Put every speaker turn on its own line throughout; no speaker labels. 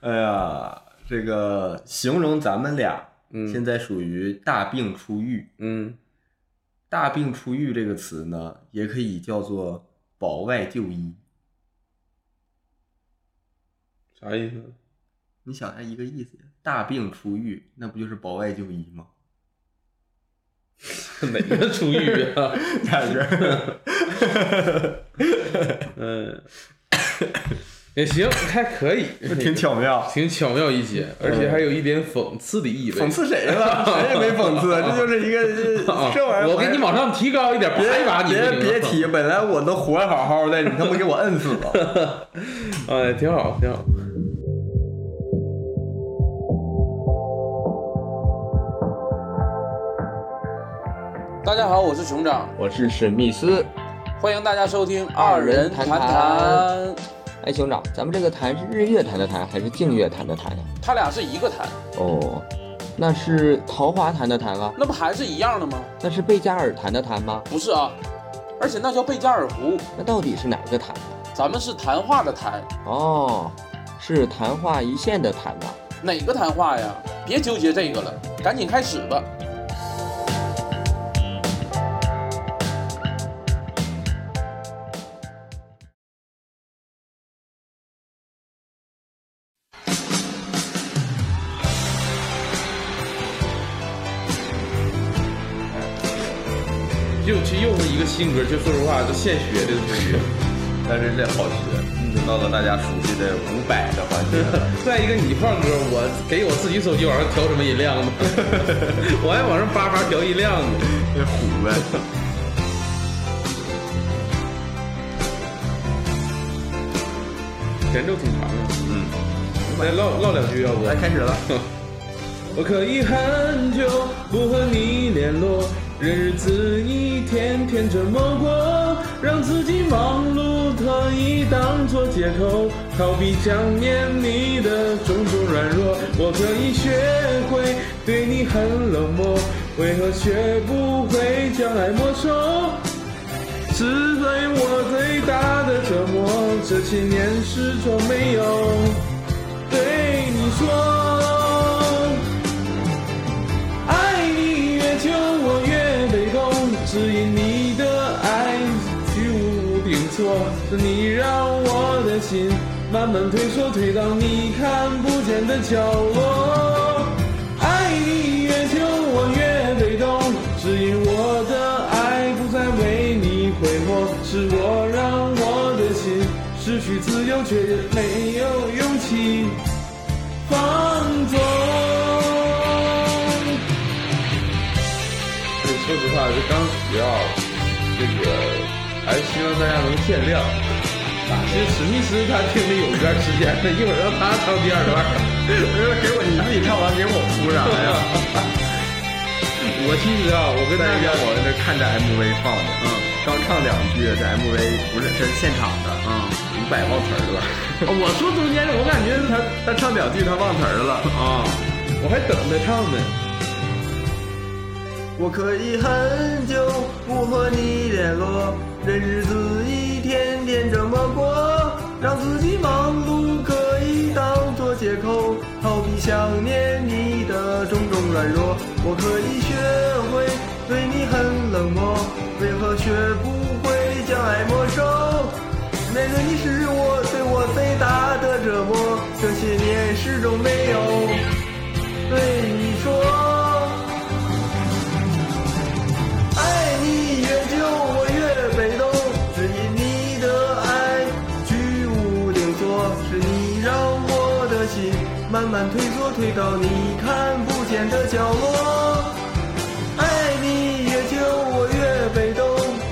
哎呀，这个形容咱们俩现
嗯
在属于大病初愈。
嗯，
大病初愈这个词呢，也可以叫做保外就医。
啥意思？
你想一下一个意思呀，大病初愈，那不就是保外就医吗？
哪个出狱啊？
俩人，
嗯， 也行，还 可以，
挺巧妙，
挺巧妙一些，而且还有一点讽刺的意味。
讽刺谁 了？谁也没讽刺，这就是一个
啊
这玩意儿。
我给你往上提高一点，
别
啪一把你
别
就行
别
了
提，本来我都活得好好的，你他妈给我摁死了。
哎，挺好，挺好。大家好，我是熊掌，
我是史密斯。
欢迎大家收听《
二人谈谈
谈》，
哎，兄长，咱们这个谈是日月谈的谈，还是净月谈的谈呀？
他俩是一个谈，
哦，那是桃花谈的谈啊？
那不还是一样的吗？
那是贝加尔谈的谈吗？
不是啊，而且那叫贝加尔湖，
那到底是哪个谈？
咱们是谈话的谈，
哦，是昙花一现的谈吧？
哪个谈话呀？别纠结这个了，赶紧开始吧。又这又是一个新歌，就说实话，就现学的东 西。
但是这好学，就到了大家熟悉的五百的环节。
再一个，你放歌，我给我自己手机往上调什么音量呢？ 我还往上叭叭调音量呢。
这虎呗。
前奏挺长的，
嗯，
再唠唠两句，要不？
来开始了。
我可以很久不和你联络，任日子一天天这么过，让自己忙碌可以当作借口，逃避想念你的种种软弱。我可以学会对你很冷漠，为何学不会将爱没收？是对我最大的折磨，这些年始终没有对你说。爱你越久，我越被动，只因你的爱居无定所，是你让我的心慢慢退缩，退到你看不见的角落。爱你越久，我越被动，只因我的爱不再为你挥霍，是我让我的心失去自由，却也没有勇气放纵。对，说实话，这刚学啊，这个还是希望大家能见谅。啊，其实史密斯他听的有一段时间了，一会儿让他唱第二段。
给我你自己唱完，给我哭啥呀？
我其实啊，我跟大
在一边
家，
我在这看着 MV 放着，
嗯，
刚唱两句，这 MV 不是这是现场的，
嗯，
五百忘词儿 了。
我说中间我感觉他
他唱两句他忘词儿了。
啊，我还等着唱呢。
我可以很久不和你联络，任日子一天天这么过，让自己忙碌可以当作借口，逃避想念你的种种软弱。我可以学会对你很冷漠，为何学不会将爱没收？那个你是我对我最大的折磨，这些年始终没有对你说。爱你越久，我越被动，只因你的爱居无定所，是你让我的心慢慢退缩，退到你看不见的角落。爱你越久，我越被动，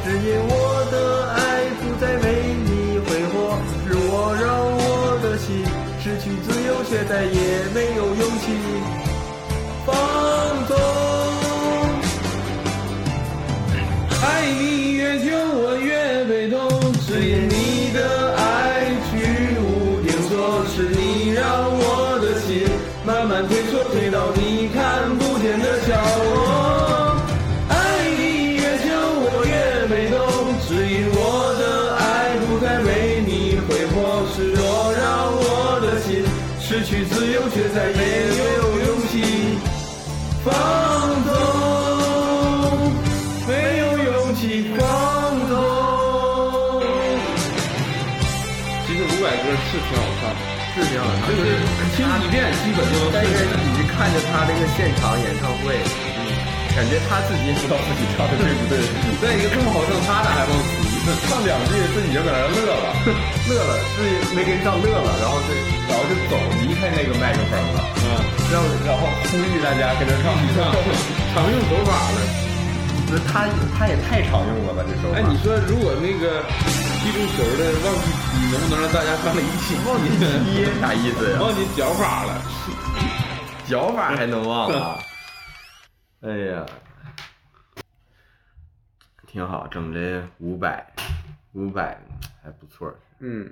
只因我的爱不再为你挥霍，是我让我的心失去自由，却再也没有勇气放纵。
爱你越久，我越被动，只因你的爱居无定所，是你让我的心慢慢退缩，退到你看不见的角落。爱你越久，我越被动，只因我的爱不再为你挥霍，是我让我的心失去去自由，却再
没
也
有
没有
勇
勇
气
气放纵，没有勇气放纵。嗯其实伍佰歌是挺好看的，
是挺好看，
就是听几遍基本就能
但
背
是
下来。
你看着他这个现场演唱会，感觉他自己也不知道自己唱的对不 对，
你在一个这么好唱他的还忘词，唱两句自己就在那儿乐了。
乐了，自己没跟上乐了，然后就然后就走，离开那个麦克风了，
嗯，
然后然后呼吁大家跟着 唱
你看，常用手法呢？
那他他也太常用了吧，这首
哎，你说如果那个踢足球的忘记踢，能不能让大家上来一起忘 记踢？
你 啥意思呀？
忘记脚法了，
脚法还能忘 啊？哎呀，挺好，整这五百，五百还不错。
嗯。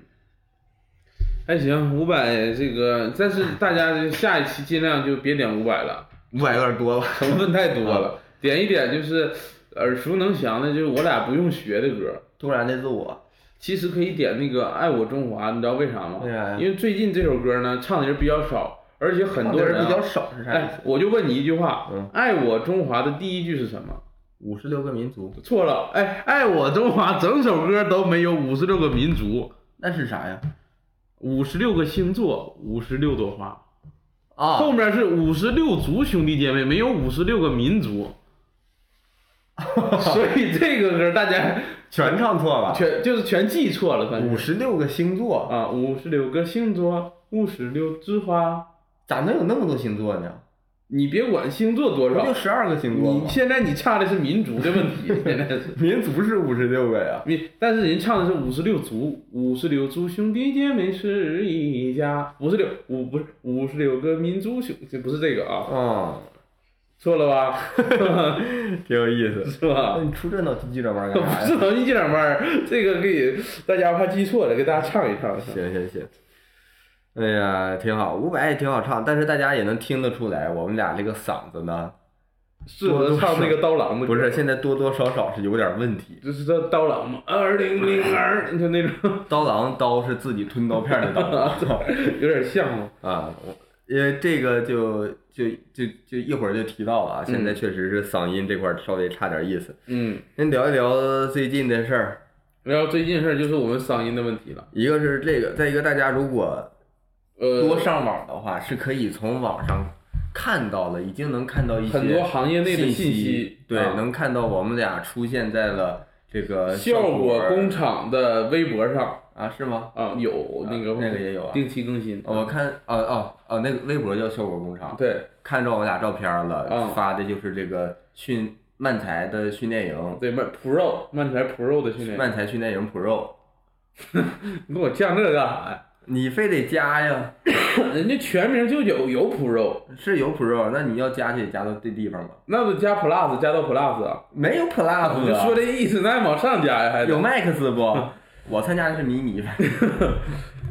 还行，五百这个，但是大家就下一期尽量就别点五百了，
五百有点多吧？
成分太多了。点一点就是耳熟能详的，就是我俩不用学的歌。
突然的自我，
其实可以点那个《爱我中华》，你知道为啥吗？
为啥呀
因为最近这首歌呢，唱的人比较少，而且很多人、啊、
比较少是啥意
哎
思？，
我就问你一句话，
嗯
爱我中华》的第一句是什么？
五十六个民族，
错了，哎，爱我中华整首歌都没有五十六个民族，
那是啥呀？
五十六个星座，五十六朵花，
啊
后面是五十六族兄弟姐妹，没有五十六个民族， 所以这个歌大家
全唱错了，
全就是全记错了，反正
五十六个星座，
啊，五十六个星座，五十六枝花，
咋能有那么多星座呢？
你别管星座多
不
少
就，十二个星座
你
吗？
现在你差的是民族的 问题，现在是。
民族是五十六个呀。
你但是人唱的是五十六族，五十六族兄弟姐妹是一家，五十六五不是五十六个民族兄，这不是这个啊，
嗯，
错了吧？
挺有意思。
是吧
那？你出这脑筋急转弯干啥
不
呀？
是能一记两半儿，这个给大家怕记错了，给大家唱一唱。
行行行，哎呀，挺好，伍佰也挺好唱，但是大家也能听得出来，我们俩这个嗓子呢，
适合唱那个刀郎的歌，
不是现在多多少少是有点问题。
就是这刀郎嘛，二零零二就那种，
刀郎刀是自己吞刀片的刀
有点像嘛。
啊，我呃，这个就就就就一会儿就提到了啊，现在确实是嗓音这块儿稍微差点意思。
嗯，
先聊一聊最近的事儿，
然后最近事儿就是我们嗓音的问题了。
一个是这个，再一个大家如果
呃，
多上网的话，是可以从网上看到了，已经能看到一些
很多行业内的
信
信息
对，
啊
能看到我们俩出现在了这个
效果工厂的微博上。
啊，是吗？
啊，有那个
那个也有啊
定期更新。
我看哦哦哦，那个微博叫效果工厂，
对
看着我们俩照片了，
嗯
发的就是这个训漫才的训练营，
对，漫 Pro 漫才 Pro 的训练，
漫才训练营 Pro，
你给我降这干啥呀？
你非得加呀，
人家全名就有有 Pro，
是有 Pro，那你要加就得加到这地方吧，
那不加 Plus 加到 Plus 啊？
没有 Plus，、啊、
我就说这意思，那还往上加呀？还得
有 Max 不？ 我参加的是迷 你版。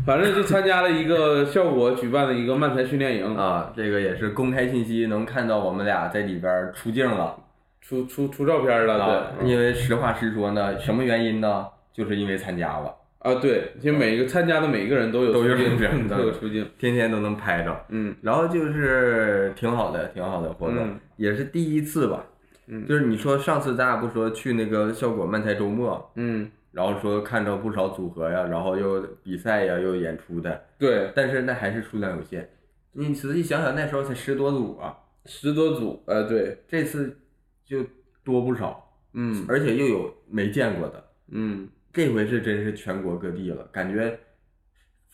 反正就参加了一个效果举办的一个漫才训练营，
啊，这个也是公开信息，能看到我们俩在里边儿出镜了。
出出出照片了，对
啊因为实话实说呢，什么原因呢？就是因为参加了，
啊对，其实每个参加的每一个人都有
都有
出镜
出镜
都有出镜，
天天都能拍着。
嗯
然后就是挺好的，挺好的活动，
嗯
也是第一次吧。
嗯
就是你说上次咱俩不说去那个效果漫才周末，
嗯，
然后说看着不少组合呀，然后又比赛呀，又有演出的，
对，
但是那还是数量有限。你仔细想想，那时候才十多组啊，
十多组，呃对，
这次就多不少，
嗯
而且又有没见过的。
嗯，
这回是真是全国各地了，感觉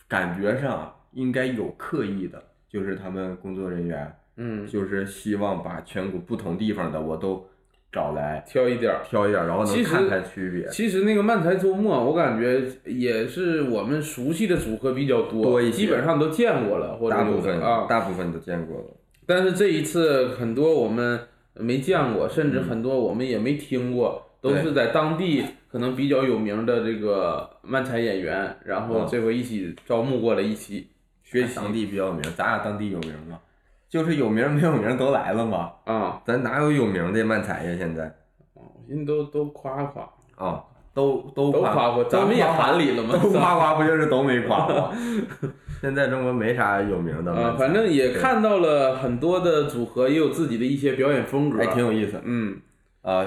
感觉上啊应该有刻意的，就是他们工作人员，
嗯
就是希望把全国不同地方的我都找来
挑一点儿。
挑一点，然后能
其实
看看区别，
其实那个漫才周末，我感觉也是我们熟悉的组合比较多，
多一些
基本上都见过了，或者
大
有的
部分、
啊。
大部分都见过了，
但是这一次很多我们没见过，甚至很多我们也没听过，都
嗯对
是在当地可能比较有名的这个漫才演员，然后
嗯
这回一起招募过来一起学习
当地比较有名，咱俩当地有名吗？就是有名没有名都来了嘛，
啊，
咱哪有有名的漫才呀？现在
我寻思都都夸夸，
啊、都都
都
夸
夸过咱们也
都夸
韩里了嘛
都夸夸不就是都没夸吗？现在中国没啥有名的
啊，反正也
对
看到了很多的组合，也有自己的一些表演风格，
还哎挺有意思。
嗯
啊，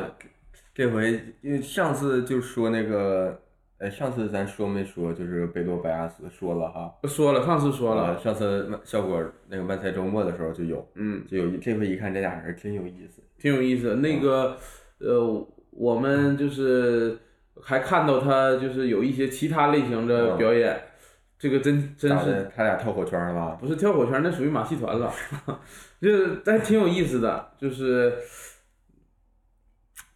这回因为上次就说那个，呃，上次咱说没说，就是贝多白亚斯说了哈，
说了，上次说了，
啊，上次漫效果那个漫才周末的时候就有，
嗯，
就有一这回一看这俩人真有意思，
挺有意思的。那个呃，我们就是还看到他就是有一些其他类型的表演，这个真真
嗯打
是
的他俩跳火圈了吧？
不是跳火圈，那属于马戏团了， 就是还挺有意思的，就是。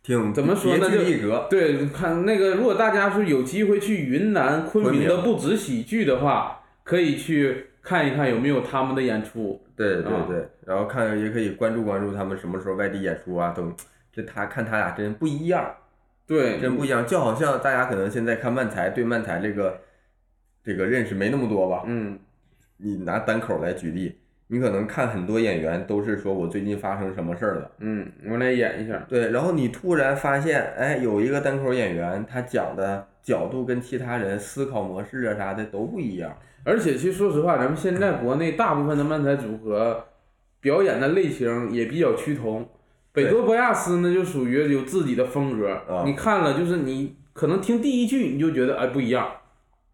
挺
怎么说呢
别具
就
一格，
对，看那个，如果大家是有机会去云南昆
昆
明
明
的不止喜剧的话，可以去看一看有没有他们的演出。
对对
啊
对，然后看也可以关注关注他们什么时候外地演出啊等。这他看他俩真不一样，
对，
真不一样，就好像大家可能现在看漫才对漫才这个这个认识没那么多吧，
嗯，
你拿单口来举例，你可能看很多演员都是说我最近发生什么事儿了，
嗯，我们来演一下。
对，然后你突然发现，哎，有一个单口演员他讲的角度跟其他人思考模式啊啥的都不一样，
而且其实说实话，咱们现在国内大部分的漫才组合表演的类型也比较趋同。北多博亚斯呢，就属于有自己的风格，
啊
你看了就是你可能听第一句你就觉得哎不一样，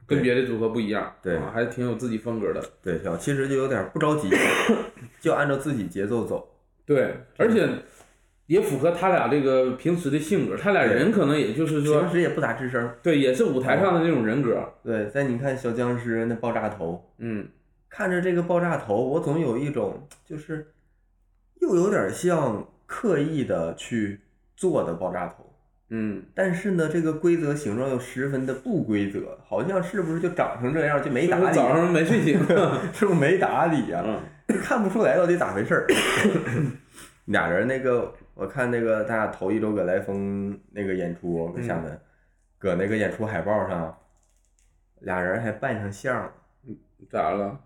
跟
对
别的组合不一样，
对
啊，还挺有自己风格的。
对，小其实就有点不着急，就按照自己节奏走，
对，而且也符合他俩这个平时的性格，他俩
对
人可能也就是
平
说，
时也不咋吱声儿，
对，也是舞台上的这种人格。
对，但你看小僵尸那爆炸头，
嗯，
看着这个爆炸头，我总有一种就是又有点像刻意的去做的爆炸头。
嗯，
但是呢，这个规则形状又十分的不规则，好像是不是就长成这样就没
是
打
不是
理，
早上没睡 醒？
是不是没打理呀、
嗯
看不出来到底咋回事儿。 俩人那个，我看那个他俩头一周搁来风那个演出，搁
嗯
厦门，搁那个演出海报上，俩人还扮上相了，
咋了？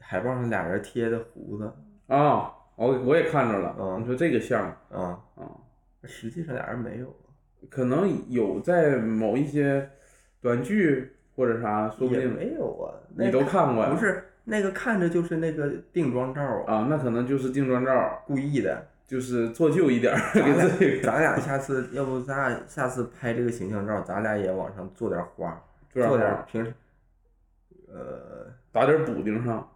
海报上俩人贴的胡子
啊、我我也看着了。
嗯
你说这个像，
啊，
嗯
实际上俩人没有，啊
可能有在某一些短剧或者啥，说不
也
定
没有啊，那
你都看过呀？
不是那个看着就是那个定妆照啊，
啊，那可能就是定妆照，
故意的。
就是做旧一点儿，
咱
给
俩
自 己
咱俩下次，要不咱俩下次拍这个形象照，咱俩也往上做点花，做
做
点
点
平时，呃，
打点补丁上。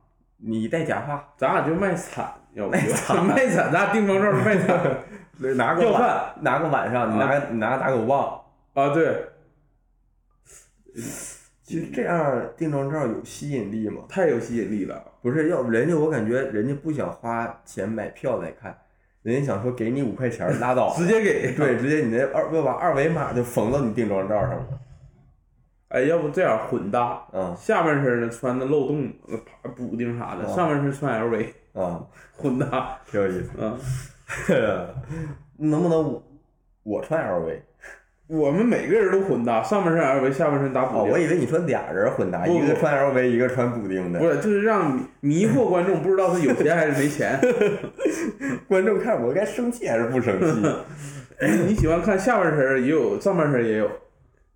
你戴假发，
咱俩就卖惨，要不就
卖惨
卖惨， 咱俩定妆照卖惨
拿个
要
晚
饭
拿个晚上，你拿个你拿个打狗棒，
啊！对，
其实这样定妆照有吸引力吗？
太有吸引力了。
不是，要人家我感觉人家不想花钱买票来看，人家想说给你五块钱儿拉倒，
直接给。
对，直接你那二要把二维码就缝到你定妆照上了，
哎，要不这样混搭，
嗯
下半身呢穿的漏洞、呃啪补丁啥的，
啊
上半身穿 LV
啊，
混搭，
挺有意思，
嗯，
能不能我我穿 LV？
我们每个人都混搭，上半身 LV，下半身打
哦，
补
我
丁。
以为你说俩人混搭，
不
一个
不
穿 LV，一个穿补丁
不
的。
是，就是让迷迷惑观众，不知道是有钱还是没钱。
观众看我该生气还是不生气？
你你喜欢看下半身儿也有，上半身儿也有，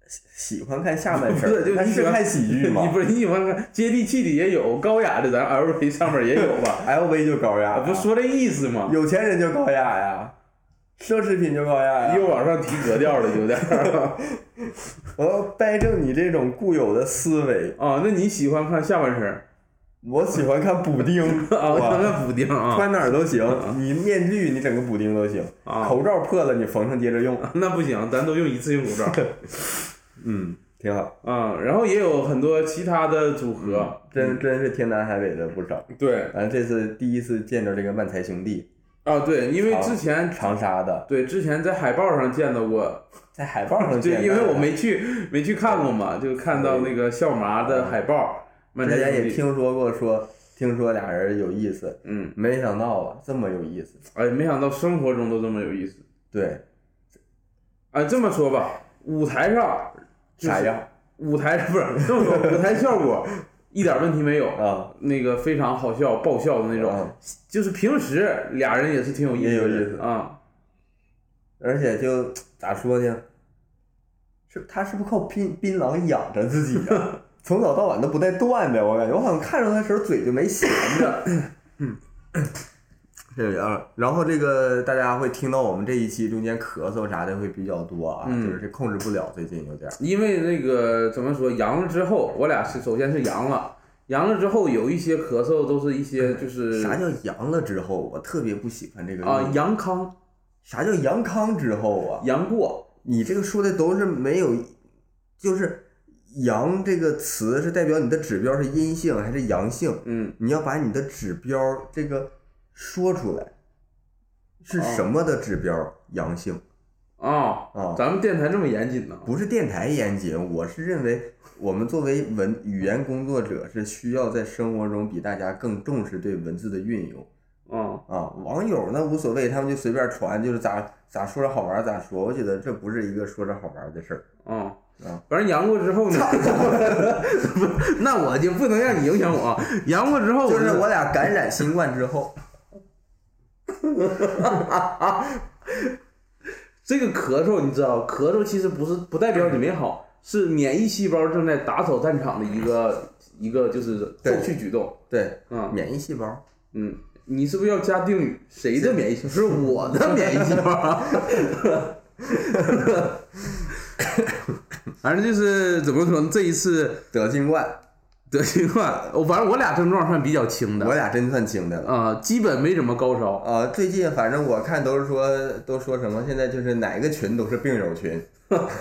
喜欢看下半
不
身，
是就
那
你喜
是
欢
看喜剧
你
吗
不是你喜欢看接地气的也有，高雅的咱 LV 上面也有吧？
？LV 就高雅
啊，
呀，
不是说这意思吗？
有钱人就高雅呀，奢侈品就高雅呀。
又往上提格调了，有点儿。
我要掰正你这种固有的思维，
哦，那你喜欢看下半身儿，
我喜欢看补丁
啊？看
哇
看补丁啊？
穿哪儿都行，你面具你整个补丁都行，
啊
口罩破了你缝上接着用，
那不行，咱都用一次性口罩
嗯，挺好，
啊。然后也有很多其他的组合，
真真是天南海北的不少。
对
咱这次第一次见着这个漫才兄弟，
啊，对，因为之前
长沙的，
对之前在海报上见到过，
在海报上
就
见到的。
因为我没去没去看过嘛，就看到那个笑麻的海报，漫
嗯之
才
前也
兄弟
听说过说，听说俩人有意思，
嗯，
没想到啊，这么有意思。
哎，没想到生活中都这么有意思。
对，
啊，这么说吧，舞台上
啥样
舞台不是这么说，舞台效果一点问题没有。
啊？
那个非常好笑、爆笑的那种，
嗯
就是平时俩人也是挺有意思的，
也有意思
啊、
而且就咋说呢？是他是不是靠槟槟榔养着自己啊？ 从早到晚都不带断的，我感觉我好像看着他的时候嘴就没闲着。嗯，这个啊，然后这个大家会听到我们这一期中间咳嗽啥的会比较多啊，
嗯
就是这控制不了，最近有点儿。
因为那个怎么说，阳了之后，我俩是首先是阳了，阳了之后有一些咳嗽都是一些就是
啥叫阳了之后？我特别不喜欢这个
啊阳康
啥叫阳康之后啊？
阳过，
你这个说的都是没有，就是“阳”这个词是代表你的指标是阴性还是阳性，
嗯，
你要把你的指标这个说出来，是
哦
什么的指标阳性
啊、
啊？
咱们电台这么严谨呢？
不是电台严谨，我是认为我们作为文语言工作者是需要在生活中比大家更重视对文字的运用。
嗯，
啊，网友那无所谓，他们就随便传，就是咋咋说着好玩儿咋说。我觉得这不是一个说着好玩儿的事儿。
啊、
啊
反正阳过之后呢， 那我就不能让你影响我。啊阳过之后
就
呢
是我俩感染新冠之后，
这个咳嗽，你知道，咳嗽其实不是不代表你没好，是免疫细胞正在打扫战场的一个一个就是后续举动。
对，
嗯
免疫细胞，
嗯，你是不是要加定语？谁的免疫细胞？是我的免疫细啊胞。反正就是怎么说呢？这一次
得新冠，
得新冠，我反正我俩症状算比较轻的，
我俩真算轻的了。
啊、基本没怎么高烧。
啊，最近反正我看都是说都说什么，现在就是哪个群都是病友群，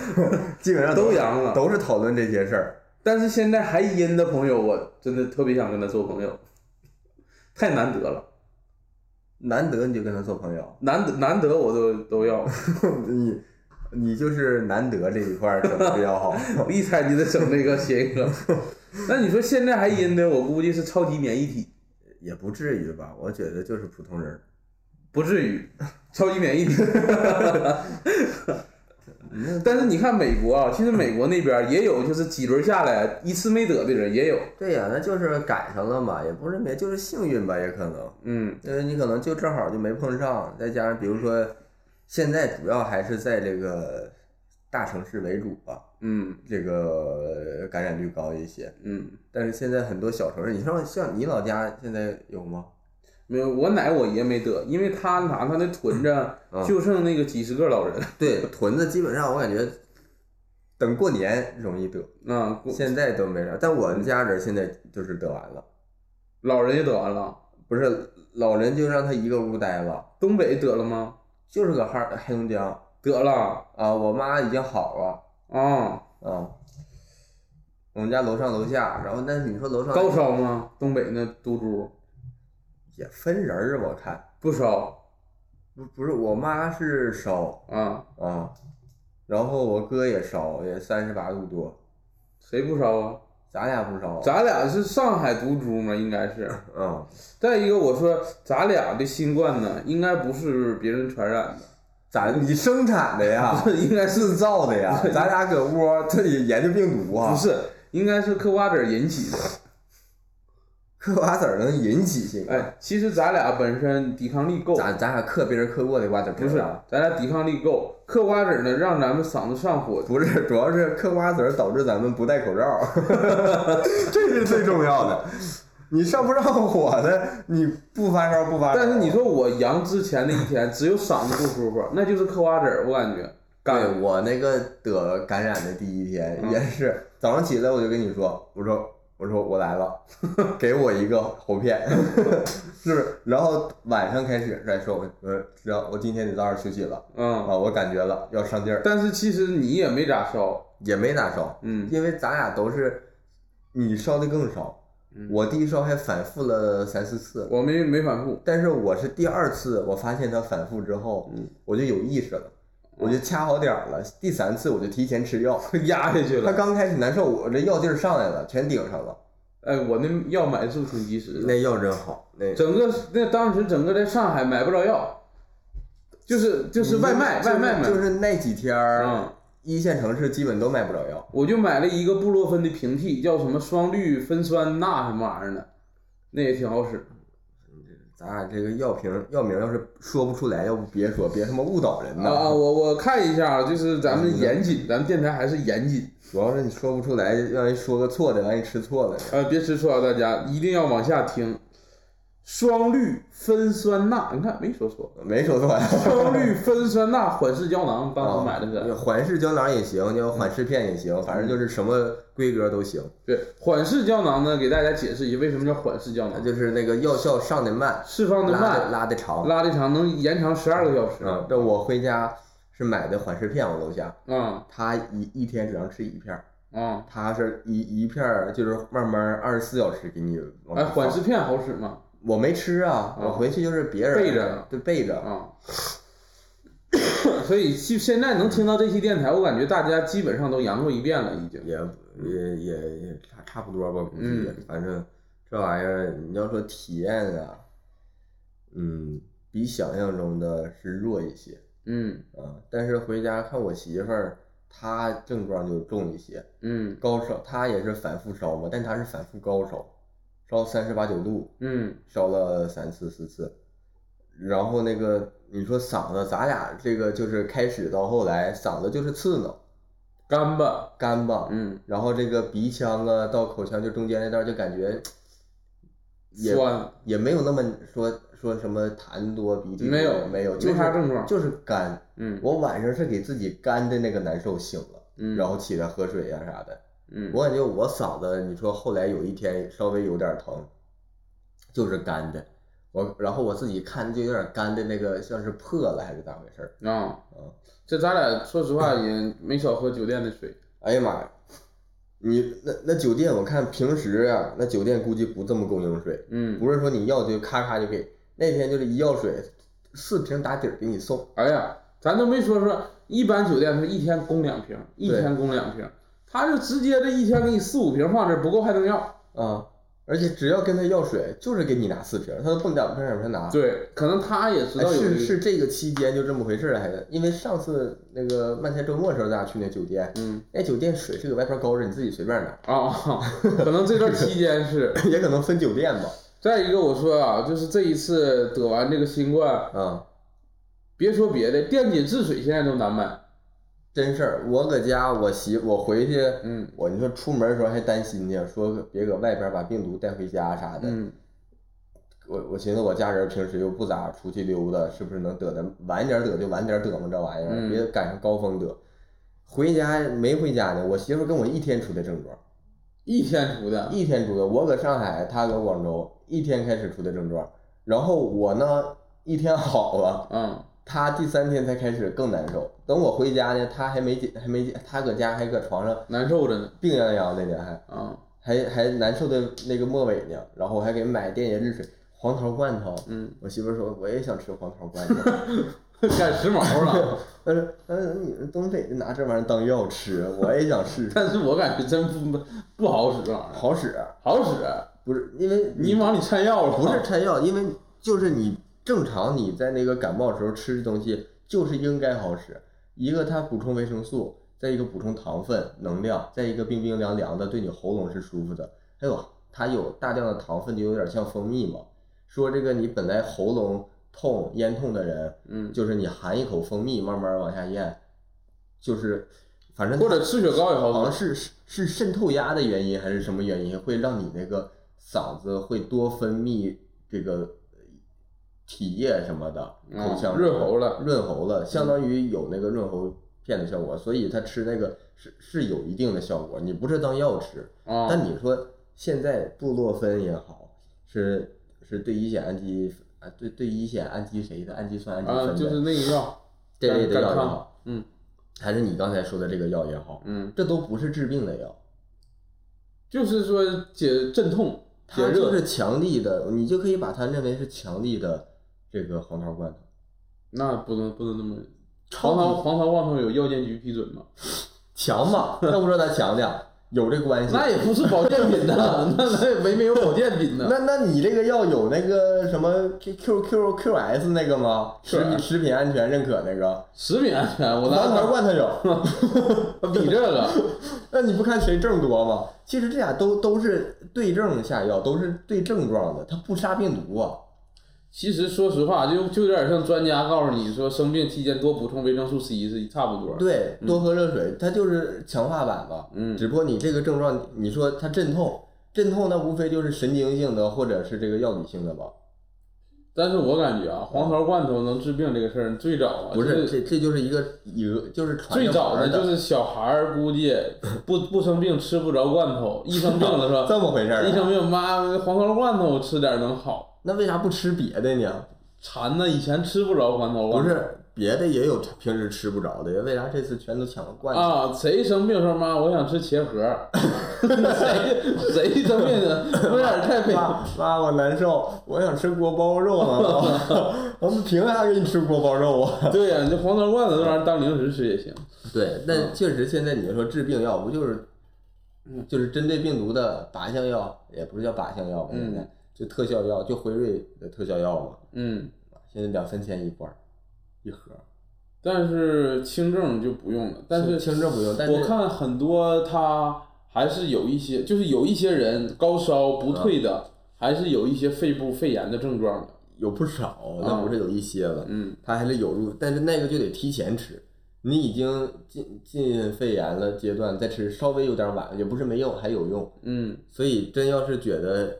基本上
都阳了
都是讨论这些事儿。
但是现在还阴的朋友，我真的特别想跟他做朋友，太难得了。
难得你就跟他做朋友，
难得难得我都都要，
你你就是难得这一块儿整的比较好。
我一猜你得整那个谐音梗。 那你说现在还阴的，我估计是超级免疫体，
也不至于吧，我觉得就是普通人儿。
不至于，超级免疫 体。但是你看美国啊，其实美国那边也有，就是几轮下来一次没得的人也有。
对呀、那就是赶上了嘛，也不是没，就是幸运吧，也可能，
嗯
因为你可能就正好就没碰上，再加上比如说，现在主要还是在这个大城市为主吧，
嗯
这个呃感染率高一些。
嗯，
但是现在很多小城市，你像像你老家现在有吗？
没有，我奶我爷没得，因为他拿他那囤着
嗯，
就剩那个几十个老人。
对，屯子基本上我感觉等过年容易得，
啊、
现在都没啥。但我们家人现在就是得完了，
老人也得完了，
不是老人就让他一个屋待了，
东北得了吗？
就是个哈尔黑龙江。
得了
啊，我妈已经好了
啊、
啊。我们家楼上楼下，然后但是你说楼上
高烧吗？东北那毒株
也分人儿，啊我看
不烧
不不是我妈是烧
啊？
啊，然后我哥也烧，也三十八度多，
谁不烧啊？
咱俩不烧，
咱俩是上海毒株嘛，应该是。
嗯，
再一个，我说咱俩的新冠呢，应该不是别人传染的，，
咱你生产的呀
应该是
制造的呀，咱俩搁屋儿自己研究病毒啊，
不是？应该是嗑瓜子儿引起的。
嗑瓜子儿能引起啊新冠，
哎，其实咱俩本身抵抗力够，
咱咱俩嗑别人嗑过的瓜子儿皮
不
儿
是
啊，
咱俩抵抗力够，嗑瓜子儿呢让咱们嗓子上火，
不是，主要是嗑瓜子儿导致咱们不戴口罩， 这是最重要的。你上不上火的，你不发烧不发烧。
但是你说我阳之前的一天，只有嗓子不舒服， 那就是嗑瓜子儿，我感觉。
对我那个得感染的第一天、也是早上起来我就跟你说，我说我说我来了， 给我一个喉片， 是不是？然后晚上开始再说，我我知道我今天得早点休息了
嗯，
啊，我感觉了要上劲儿，
但是其实你也没咋烧，
也没咋烧，
嗯
因为咱俩都是你烧的更烧，
嗯
我第一烧还反复了三四次，
我没没反复，
但是我是第二次我发现它反复之后，
嗯
我就有意识了，我就掐好点儿了。第三次我就提前吃药，
压下去
它
了。
刚开始难受，我这药劲儿上来了，全顶上了。
哎，我那药买是不是挺及时的，
那药真好，那
整个那当时整个在上海买不着药，就是就是外卖
嗯就
外
是
卖买
就，是那几天儿
嗯，
一线城市基本都买不着药。
我就买了一个布洛芬的平替，叫什么双氯芬酸钠什么玩意儿的，那也挺好使。
咱俩这个药瓶药名要是说不出来，要不别说，别他妈误导人
啊
呐！
啊！我我看一下，啊就是咱们
嗯
严谨，咱们电台还是严谨。
主要是你说不出来，让人说个错的，让人吃错 的。
呃，别吃醋啊，大家一定要往下听。双氯酚酸钠，你看没说错，
没说错呀。
双氯酚酸钠缓释胶囊，当 时买嗯 的是。
缓释胶囊也行，你要缓释片也行，反正就是什么规格都行，
对，缓释胶囊呢，给大家解释一下为什么叫缓释胶
它
囊，
哎就是那个药效上的慢，
释放的
拉的
慢，
拉的长。
拉的长，能延长十二个小时。
嗯，这我回家是买的缓释片，我楼下
啊
他一一天只能吃一片儿，
啊！
他是一一片儿就是慢慢二十四小时给你往
哎，
里放
缓释片好使吗？
我没吃啊，
啊
我回去就是别人
备着
对备着。
啊。 所以就现在能听到这期电台，我感觉大家基本上都阳过一遍了，已经。
也也也也差差不多吧，估计、
嗯
反正这玩意儿你要说体验啊，嗯，比想象中的是弱一些
嗯
啊。但是回家看我媳妇儿，她症状就重一些，
嗯
高烧，她也是反复烧嘛，但她是反复高烧，烧三十八九度，
嗯
烧了三次四次，然后那个你说嗓子，咱俩这个就是开始到后来嗓子就是刺挠，
干巴。
干巴，
嗯，
然后这个鼻腔啊到口腔就中间那段儿就感觉也
酸。
也没有那么说说什么痰多鼻涕多
没有
没有
没
就是
啥症状
就是干。
嗯
我晚上是给自己干的那个难受醒了，
嗯
然后起来喝水呀、啥的。
嗯，
我感觉我嗓子，你说后来有一天稍微有点疼，就是干的。我然后我自己看就有点干的那个像是破了还是咋回事儿？
啊
嗯，
这咱俩说实话也没少喝酒店的水。
哎呀妈呀！你那那酒店，我看平时啊，那酒店估计不这么供应水，
嗯，
不是说你要就咔咔就给。那天就是一要水，四瓶打底儿给你送。
哎呀，咱都没说说，一般酒店是一天供两瓶，一天供两瓶，他就直接这一天给你四五瓶放这儿，不够还能要。
啊，而且只要跟他要水，就是给你拿四瓶，他都不两瓶两瓶拿。
对，可能他也知
哎，
道有
是
这个，
是这个期间就这么回事儿，还是因为上次那个漫天周末的时候，咱俩去那酒店，
嗯，
那酒店水是搁外边高着，你自己随便拿，
啊、可能这段期间是。
也可能分酒店吧。
再一个，我说啊，就是这一次得完这个新冠，
啊，
别说别的，电解质水现在都难买。
真事儿，我搁家，我媳我回去，
嗯
我你说出门的时候还担心呢，说别搁外边把病毒带回家啥的。
嗯
我我寻思我家人平时又不咋出去溜达，是不是能得的晚点得就晚点得嘛，这玩意儿、
嗯
别赶上高峰得。回家没回家呢，我媳妇跟我一天出的症状，
一天出的，
一天出的。我搁上海，她搁广州，一天开始出的症状。然后我呢，一天好了，
嗯
她第三天才开始更难受。等我回家呢，她还没解还没解她搁家还搁床上
难受着呢，
病殃殃的呢，还。
啊，
还还难受的那个末尾呢，然后我还给买电解质水，黄桃罐头。嗯，我媳妇儿说我也想吃黄桃罐头，
赶时髦了。
但是但是嗯你们东北就拿这玩意儿当药吃，我也想试试，
但是我感觉真不不好使这玩意儿，
好使。啊
好使，啊
不是因为
你往里掺药了，
不是掺药，因为就是你正常你在那个感冒的时候吃的东西就是应该好使，一个它补充维生素，再一个补充糖分能量，再一个冰冰凉凉的，对你喉咙是舒服的。还有它有大量的糖分，就有点像蜂蜜嘛。说这个你本来喉咙痛咽痛的人，
嗯
就是你含一口蜂蜜，慢慢往下咽，就是反正
或者吃雪糕也
好
好
像
使。
是是是渗透压的原因还是什么原因，会让你那个嗓子会多分泌这个呃体液什么的，
嗯
口腔
润喉了嗯
润喉了，相当于有那个润喉片的效果，所以他吃那个是是有一定的效果，你不是当药吃。
啊，
但你说现在布洛芬也好，是是对乙酰氨基啊对对乙酰氨基谁的氨基酸氨基酚
啊，
的，
就是那个药，
这类的
干
药也
干
好
抗，嗯
还是你刚才说的这个药也好，
嗯，
这都不是治病的药。
就是说解镇痛、解
它就
热，
是强力的，你就可以把它认为是强力的这个黄桃罐头。
那不能不能那么。
超
黄
级
桃黄桃罐头有药监局批准吗？
强 吧？那不说它强的，有这关系。
那也不是保健品呐， 那那也没没有保健品呢。
那那你这个药有那个什么 Q Q Q Q S 那个吗？食品
QS
食品安全认可那个
食品安全，啊我
黄
拿嗯
桃罐头 有，
比 这个，
那你不看谁症多吗？其实这俩都都是对症下药，都是对症状的，它不杀病毒啊。
其实说实话，就就有点像专家告诉你说，生病期间多补充维生素 C 是差不多。，
对，多喝热水，它就是强化版吧。
嗯
只不过你这个症状，你说它镇痛，镇痛那无非就是神经性的或者是这个药理性的吧？
但是我感觉啊，黄桃罐头能治病这个事儿，最早啊
不，
就是
这这就是一个一个就是传
最
着
早
玩儿
的
的
就是小孩儿估计不不生病吃不着 罐头，一生病了说
这么回事儿
一
啊。
生病妈黄桃罐头吃点儿能好。
那为啥不吃别的呢？
馋呢，以前吃不着黄桃罐
不
头。
是别的也有平时吃不着的呀，为啥这次全都抢了罐头？
啊，谁生病说妈我想吃茄 盒，谁谁生病的，有点太悲
妈妈，我难受，我想吃锅包肉 啊！我们凭啥给你吃锅包肉啊？
对呀、你这黄桃罐头这玩意儿当零食吃也行。
对，但
嗯
确实现在你说治病药不就是，嗯就是针对病毒的靶向药，也不是叫靶向药吧？现在就特效药，就辉瑞的特效药嘛，
嗯，
现在两三千一罐儿，一盒儿。
但是轻症就不用了。但是
轻症不用但是
我看很多他还是有一些，就是有一些人高烧不退的，
嗯
还是有一些肺部肺炎的症状的。
有不少，那不是有一些了，
嗯，
它还是有入，但是那个就得提前吃。你已经进进肺炎了阶段，再吃稍微有点晚，也不是没用，还有用。
嗯，
所以真要是觉得，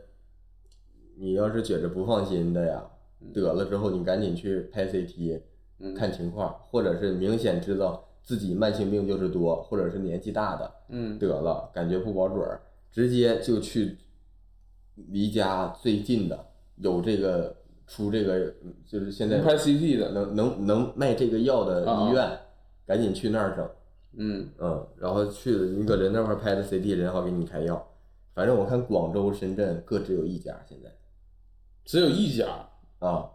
你要是觉着不放心的呀，得了之后你赶紧去拍 CT，、看情况，或者是明显知道自己慢性病就是多，或者是年纪大的，
嗯，
得了感觉不保准儿，直接就去离家最近的有这个出这个嗯就是现在
拍 CT 的，
能能能卖这个药的医院，赶紧去那儿整。
嗯，
嗯，然后去了，你搁人那块儿拍的 CT，人好给你开药。反正我看广州、深圳各只有一家，现在
只有一家
啊，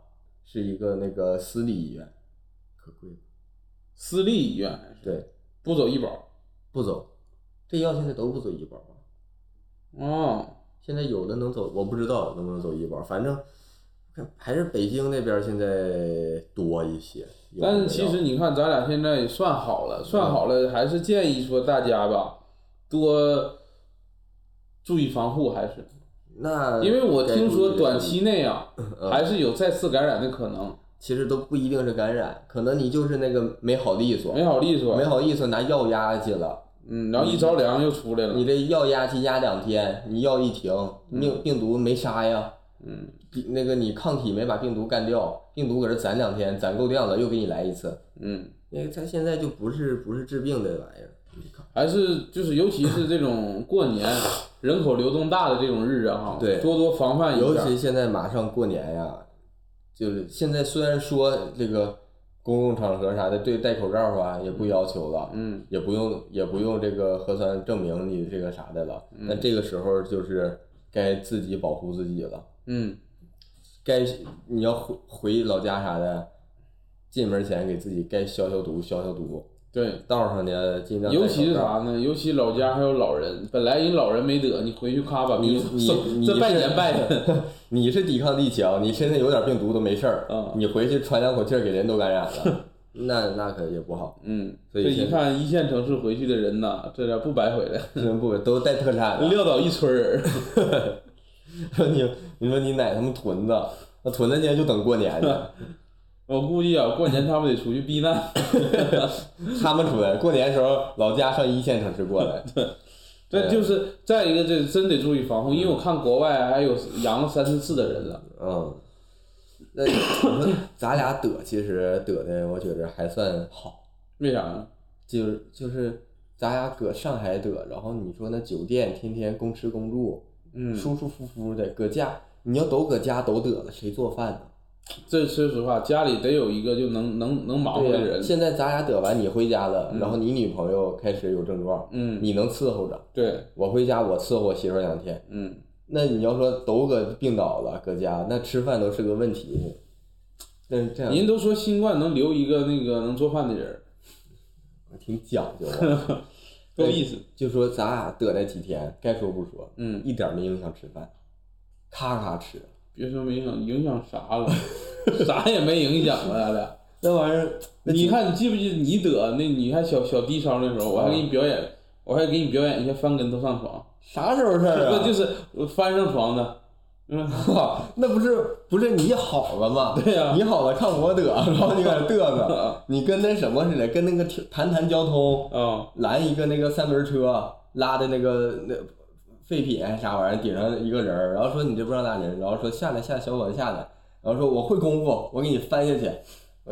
是一个那个私立医院，可贵了。
私立医院还是
对，
不走医保。
不走，这药现在都不走医保啊。
哦，
现在有的能走，我不知道能不能走医保，反正看还是北京那边儿现在多一些。有
但
的
是其
药
实你看，咱俩现在也算好了，算好了，还是建议说大家吧，多注意防护，还是
那
因为我
该
听
注意嗯
说
的
短
注
期
意
内 啊，还是有再次感染的可能，
其实都不一定是感染，可能你就是那个没好利索，
没好利索
没。好意思拿药压去了。
嗯，然后一着凉又出来了
你。这药压期压两天，你药一停，病病毒没杀呀，
嗯，
那个你抗体没把病毒干掉，病毒搁这攒两天，攒够量了又给你来一次。
嗯，
那个它现在就不是不是治病的玩意儿，
还是就是尤其是这种过年人口流动大的这种日子哈，
对
多多防范一
尤
下。
其现在马上过年呀，就是现在虽然说这个公共场合啥的对戴口罩啊也不要求了，
嗯，
也不用也不用这个核酸证明你这个啥的了，
嗯
那这个时候就是该自己保护自己了。
嗯，
该你要回回老家啥的，进门前给自己该消消毒消消毒。
对，
道上呢，尽量戴
尤其是
口罩
啥呢？尤其老家还有老人，本来人老人没得，你回去咔把
你
鼻
你
子
你
这
是
拜年 拜的。
你是抵抗力强，你身上有点病毒都没事儿、
嗯
你回去传两口气儿给人都感染 了，那那可也不好。
嗯，
所以
这
现在
一看一线城市回去的人呐，这点不白回 来，
真不都带特产的，
撂倒一村人。
说 你你说你奶他们屯子，那屯子今天就等过年 呢，
我估计啊，过年他们得出去避 难。
他们屯过年时候老家上一线城市过来，
这
啊
就是再一个，这真得注意防护，因为我看国外还有阳了三四次的人了。
嗯，那 你说咱俩得其实得的，我觉着还算好，
为啥呀？
就是就是咱俩搁上海得，然后你说那酒店天天公吃公住，
嗯
舒舒服服的搁家，你要都搁家都得了，谁做饭呢？
这说实话，家里得有一个就能能能忙活的
对呀、
人。
现在咱俩得完，你回家了，然后你女朋友开始有症状，
嗯
你能伺候着。
对，
我回家，我伺候我媳妇儿两天。
嗯，
那你要说都搁病倒了，搁家那吃饭都是个问题。但是这样
人都说新冠能留一个那个能做饭的人，
挺讲究的，
够意思。
就说咱俩得那几天，该说不说，
嗯
一点儿没影响吃饭，咔咔吃，
别说没影响，影响啥了？啥也没影响了，咱俩。
那玩意儿，那
你看，你记不记得你得那你还小小低烧那时候，我还给你表演，我还给你表演一下翻跟头上床，
啥时候事儿
这
啊？
就是我翻上床的， 嗯，
那不是不是你好了吗？
对呀
你好了，看我得，然后你搁那嘚瑟，你跟那什么似的，跟那个铁谈谈交通，
啊，
拦一个那个三轮车拉的那个那废品啥玩意儿，顶上一个人儿，然后说你这不让拉人，然后说下来下来，小伙子下来，然后说我会功夫，我给你翻下去，哎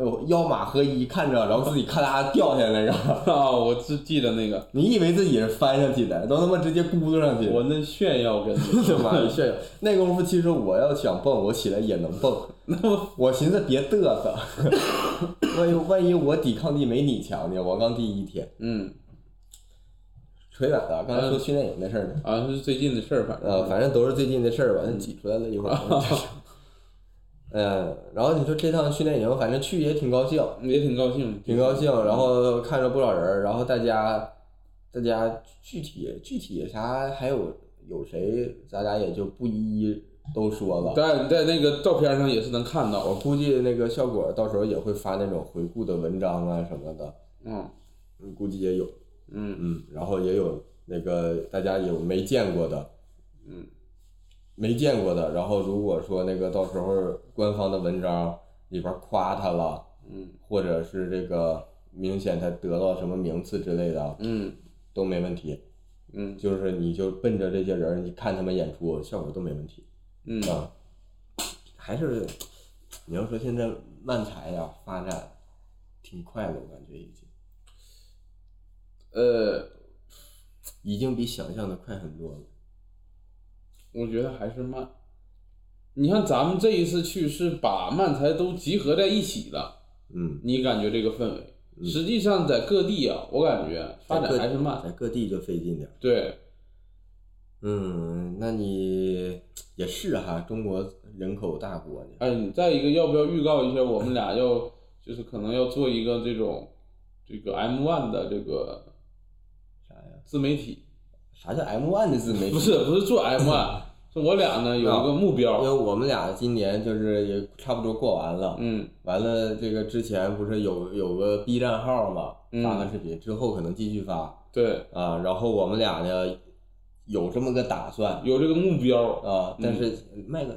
呦腰马合一看着，然后自己咔啦掉下来，然后
啊，我只记得那个，
你以为自己是翻上去的，都他妈直接咕噜上去，
我那炫耀跟你，
他妈的炫耀！那功夫其实我要想蹦，我起来也能蹦。我寻思别嘚 瑟，万一万一我抵抗力没你强呢？我刚第一天
嗯，
扯远了，刚才说训练营的事儿呢。
啊，是最近的事儿，反正，
呃，反正都是最近的事儿吧，挤出来了一会儿。 嗯，然后你说这趟训练营，反正去也挺高兴，
也挺高兴，
挺高兴。然后看着不少人儿，然后大家，大家具体具体啥还有有谁，咱俩也就不一一都说了。
在在那个照片上也是能看到，
我估计那个效果到时候也会发那种回顾的文章啊什么的，
嗯
嗯估计也有，
嗯
嗯，然后也有那个大家有没见过的，
嗯，
没见过的，然后如果说那个到时候官方的文章里边夸他了，
嗯
或者是这个明显他得到什么名次之类的
嗯
都没问题，
嗯
就是你就奔着这些人儿，你看他们演出效果都没问题，
嗯，
啊，还是你要说现在漫才呀、发展挺快的，我感觉已经
呃，
已经比想象的快很多了。
我觉得还是慢。你看咱们这一次去是把漫才都集合在一起了，
嗯，
你感觉这个氛围？
嗯
实际上在各地啊，我感觉发
在各
展还是慢。
在各地就费劲点儿。
对，
嗯，那你也是哈，中国人口大国呢。
哎，你再一个，要不要预告一下，我们俩要就是可能要做一个这种这个 M one 的这个
啥呀？
自媒体？
啥叫 M one 的自媒体？
不，是，不是做 M one，是我俩呢有一个目
因为
标。
我们俩今年就是也差不多过完了。
嗯
完了，这个之前不是有有个 B 站号嘛，
嗯
发个视频，之后可能继续发。
对，
啊，然后我们俩呢有这么个打算
有这个目标
啊，但
嗯
是卖个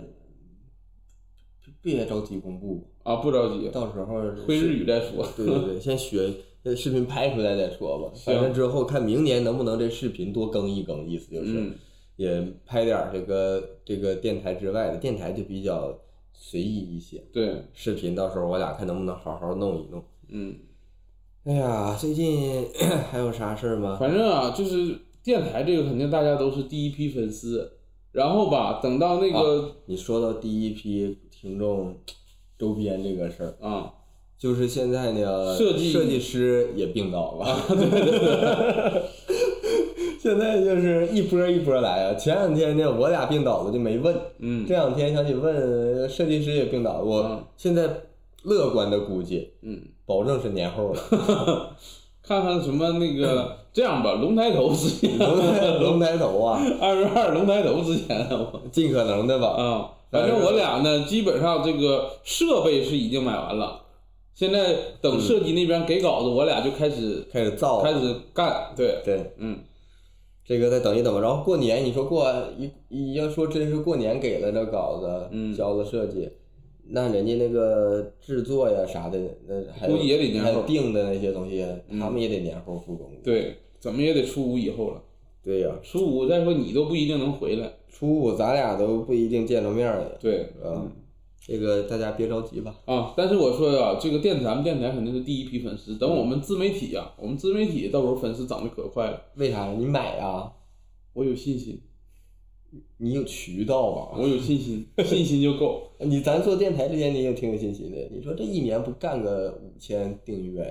别着急公布，
啊，不着急，
到时候
会
是
日语再说。
对对对，先学呃视频拍出来再说吧，反
行
正之后看明年能不能这视频多更一更，意思就是、
嗯
也拍点儿这个这个电台之外的，电台就比较随意一些，
对，
视频到时候我俩看能不能好好弄一弄。
嗯。
哎呀，最近 还有啥事儿吗？
反正啊，就是电台这个肯定大家都是第一批粉丝，然后吧，等到那个
你说到第一批听众周边这个事儿，
啊
就是现在呢，
设计啊
设计师也病倒了。 现在就是一波一波来啊！前两天呢，我俩病倒了就没问，
嗯
这两天想起问设计师也病倒了，
嗯
我现在乐观的估计，
嗯，
保证是年后 了。
看看什么那个这样吧，龙抬头之前，
龙龙抬头啊，
二月二龙抬头之前，我
尽可能的吧。
啊，反正我俩呢，基本上这个设备是已经买完了，现在等设计那边给稿子，我俩就开始
开始造，
开始干，对，
对，
嗯，
这个再等一等吧。然后过年，你说过一一要说真是过年给了这稿子，
嗯
交了设计，那人家那个制作呀啥的，那还有
估计也得年后嗯
还有定的那些东西，他们也得年后复工。
对，怎么也得初五以后了，
对呀、
初五再说你都不一定能回来，
初五咱俩都不一定见着面了呀。
对，
啊，这个大家别着急吧。
啊，但是我说呀、这个电咱们电台肯定是第一批粉丝。等我们自媒体呀、我们自媒体到时候粉丝涨得可快了。
为啥呀？你买呀？
我有信心，
你有渠道吧？
我有信心，信心就够。
你咱做电台之前，你也挺有信心的。你说这一年不干个五千订阅呀？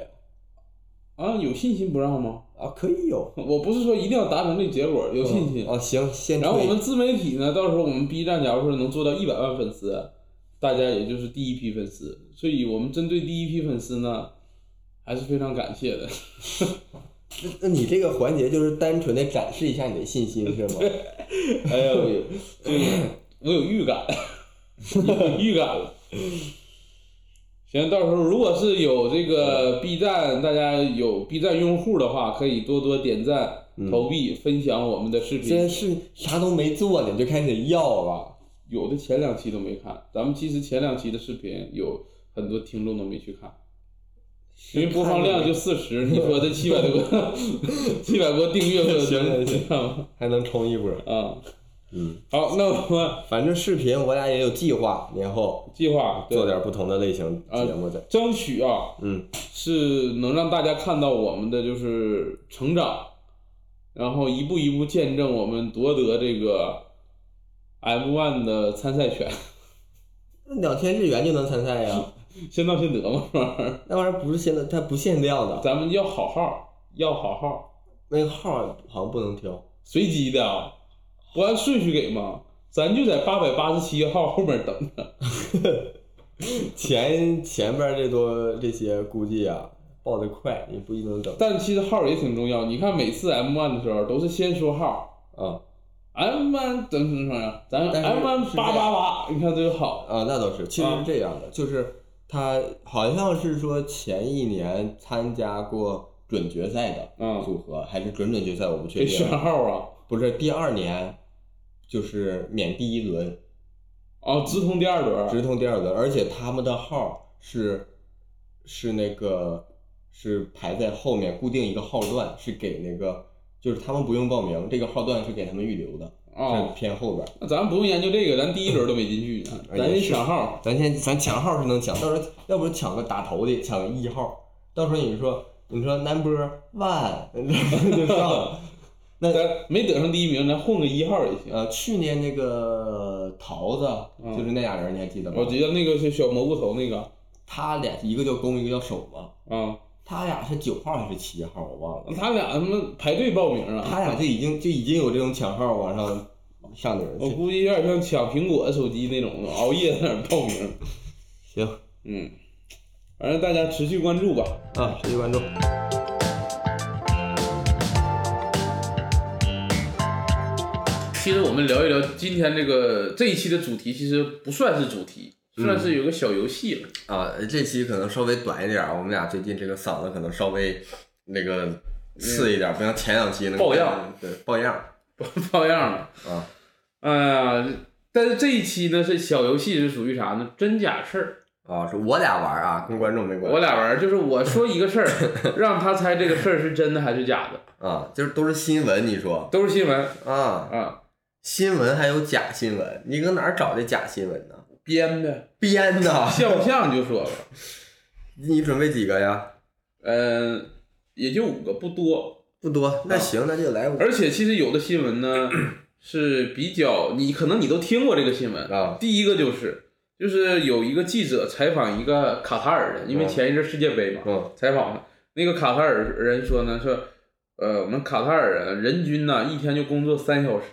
啊，有信心不让吗？
啊，可以有。
我不是说一定要达成这结果，有信心。
啊，行，先
然后
推
我们自媒体呢，到时候我们 B 站假如说能做到一百万粉丝，大家也就是第一批粉丝。所以我们针对第一批粉丝呢，还是非常感谢的。
那那你这个环节就是单纯的展示一下你的信心是吗？
哎呀，我有，这个我有预感，有预感了。行，到时候如果是有这个
嗯
B 站，大家有 B 站用户的话，可以多多点
嗯
赞、投币、分享我们的视
这
频。
是啥都没做呢，就开始要了，
有的前两期都没看，咱们其实前两期的视频有很多听众都没去看，因为播放量就四十，你说这七百多 个，七百多订阅会有 多
行行行
少吗？
还能冲一波。
啊，
嗯，
好，那我们
反正视频我俩也有计划，年后
计划对
做点不同的类型节目的。
争取啊，
嗯，
是能让大家看到我们的就是成长，然后一步一步见证我们夺得这个 M one 的参赛权，
两千日元就能参赛呀？
先到先得嘛，是吧？
那玩意儿不是限的，它不限量的，
咱们要好号，要好号，
那个号好像不能挑。
随机的啊，不按顺序给嘛，咱就在八百八十七号后面等着。
前前边这多这些估计啊，报的快，也不一定能等
但其实号也挺重要，你看每次 M one 的时候都是先说号
啊
，M one 怎么怎么样，咱
但是
M one
是
八八八，你看这个好。
啊，那倒是，其实是这样的，就是他好像是说前一年参加过准决赛的
嗯
组合，还是准准决赛，我不确
得
定
选。号啊！
不是第二年，就是免第一轮，
哦，直通第二轮儿，
直通第二轮，而且他们的号是是那个是排在后面固定一个号段，是给那个就是他们不用报名，这个号段是给他们预留的，
哦
是偏后边儿。
那咱不用研究这个，咱第一轮都没进去呢，
哎
咱得
也是
选号。
咱先咱抢号是能抢，到时候要不抢个打头的，抢个一号，到时候你说你说 number one 就上了。那
咱没得上第一名，咱混个一号也行。
呃，去年那个桃子
嗯
就是那俩人，你还记得吗？
我记得那个是小蘑菇头那个
他俩一个叫攻，一个叫守嘛。
啊，
他俩是九号还是七号？我忘了。
他俩他妈排队报名啊，
他俩就已经就已经有这种抢号往上上的人
我
了。
估计有点像抢苹果手机那种的，熬夜在那儿报名。
行
嗯，反正大家持续关注吧。
啊，谢谢观众。
其实我们聊一聊今天这个这一期的主题，其实不算是主题，算是有个小游戏了。
啊，这期可能稍微短一点儿，我们俩最近这个嗓子可能稍微那个刺一点儿，不像前两期那个
爆样，
对，爆样
照样了。
啊，
哎呀，但是这一期呢是小游戏，是属于啥呢？真假事儿。
啊，是我俩玩儿啊，跟观众没关
我
系
俩玩儿就是我说一个事儿，让他猜这个事儿是真的还是假的，
啊，就是都是新闻，你说
都是新闻
啊，
啊，
新闻还有假新闻，你搁哪儿找的假新闻呢？
编呗，
编的，
像不像就说吧。
你准备几个呀？
嗯、也就五个，不多。
不多，那行，那就来五
啊而且其实有的新闻呢是比较，你可能你都听过这个新闻。
啊
第一个就是。就是有一个记者采访一个卡塔尔人，因为
嗯
前一阵世界杯嘛，
嗯
采访了那个卡塔尔人说呢，说，呃，我们卡塔尔人人均呢一天就工作三小时，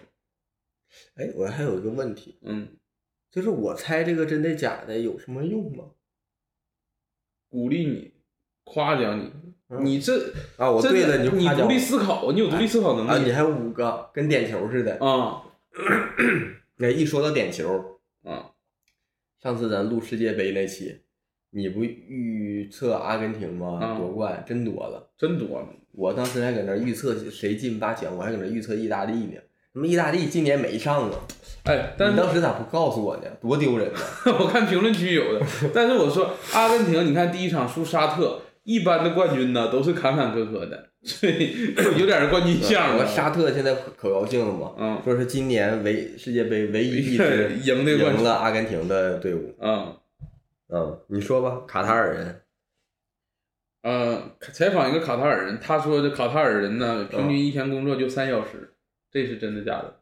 哎，我还有一个问题。
嗯，
就是我猜这个真的假的有什么用吗？
鼓励你，夸奖你，
嗯
你这
啊，我
真
对
的
了，
你
夸奖
独立
我
思考，你有独立思考
啊，
能
你
力
还有五个，跟点球似的。
啊
那一说到点球，
啊，
上次咱录世界杯那期，你不预测阿根廷吗？
嗯
夺冠真多了。
真多呢，
我当时还搁那预测谁进八强，我还搁那预测意大利呢。什么意大利今年没上啊？
哎，但
你
是
当时咋不告诉我呢？多丢人呐！
我看评论区有的，但是我说阿根廷，你看第一场输沙特。一般的冠军呢，都是坎坎坷坷的，所以 有点冠军
我
相了。
沙特现在可高兴了嘛，
啊嗯，
说是今年唯世界杯唯一一支
赢的冠
赢
军
了阿根廷的队伍。
嗯，
嗯，你说吧，卡塔尔人。
呃，采访一个卡塔尔人，他说这卡塔尔人
嗯
呢，平均一天工作就三小时，这是真的假的？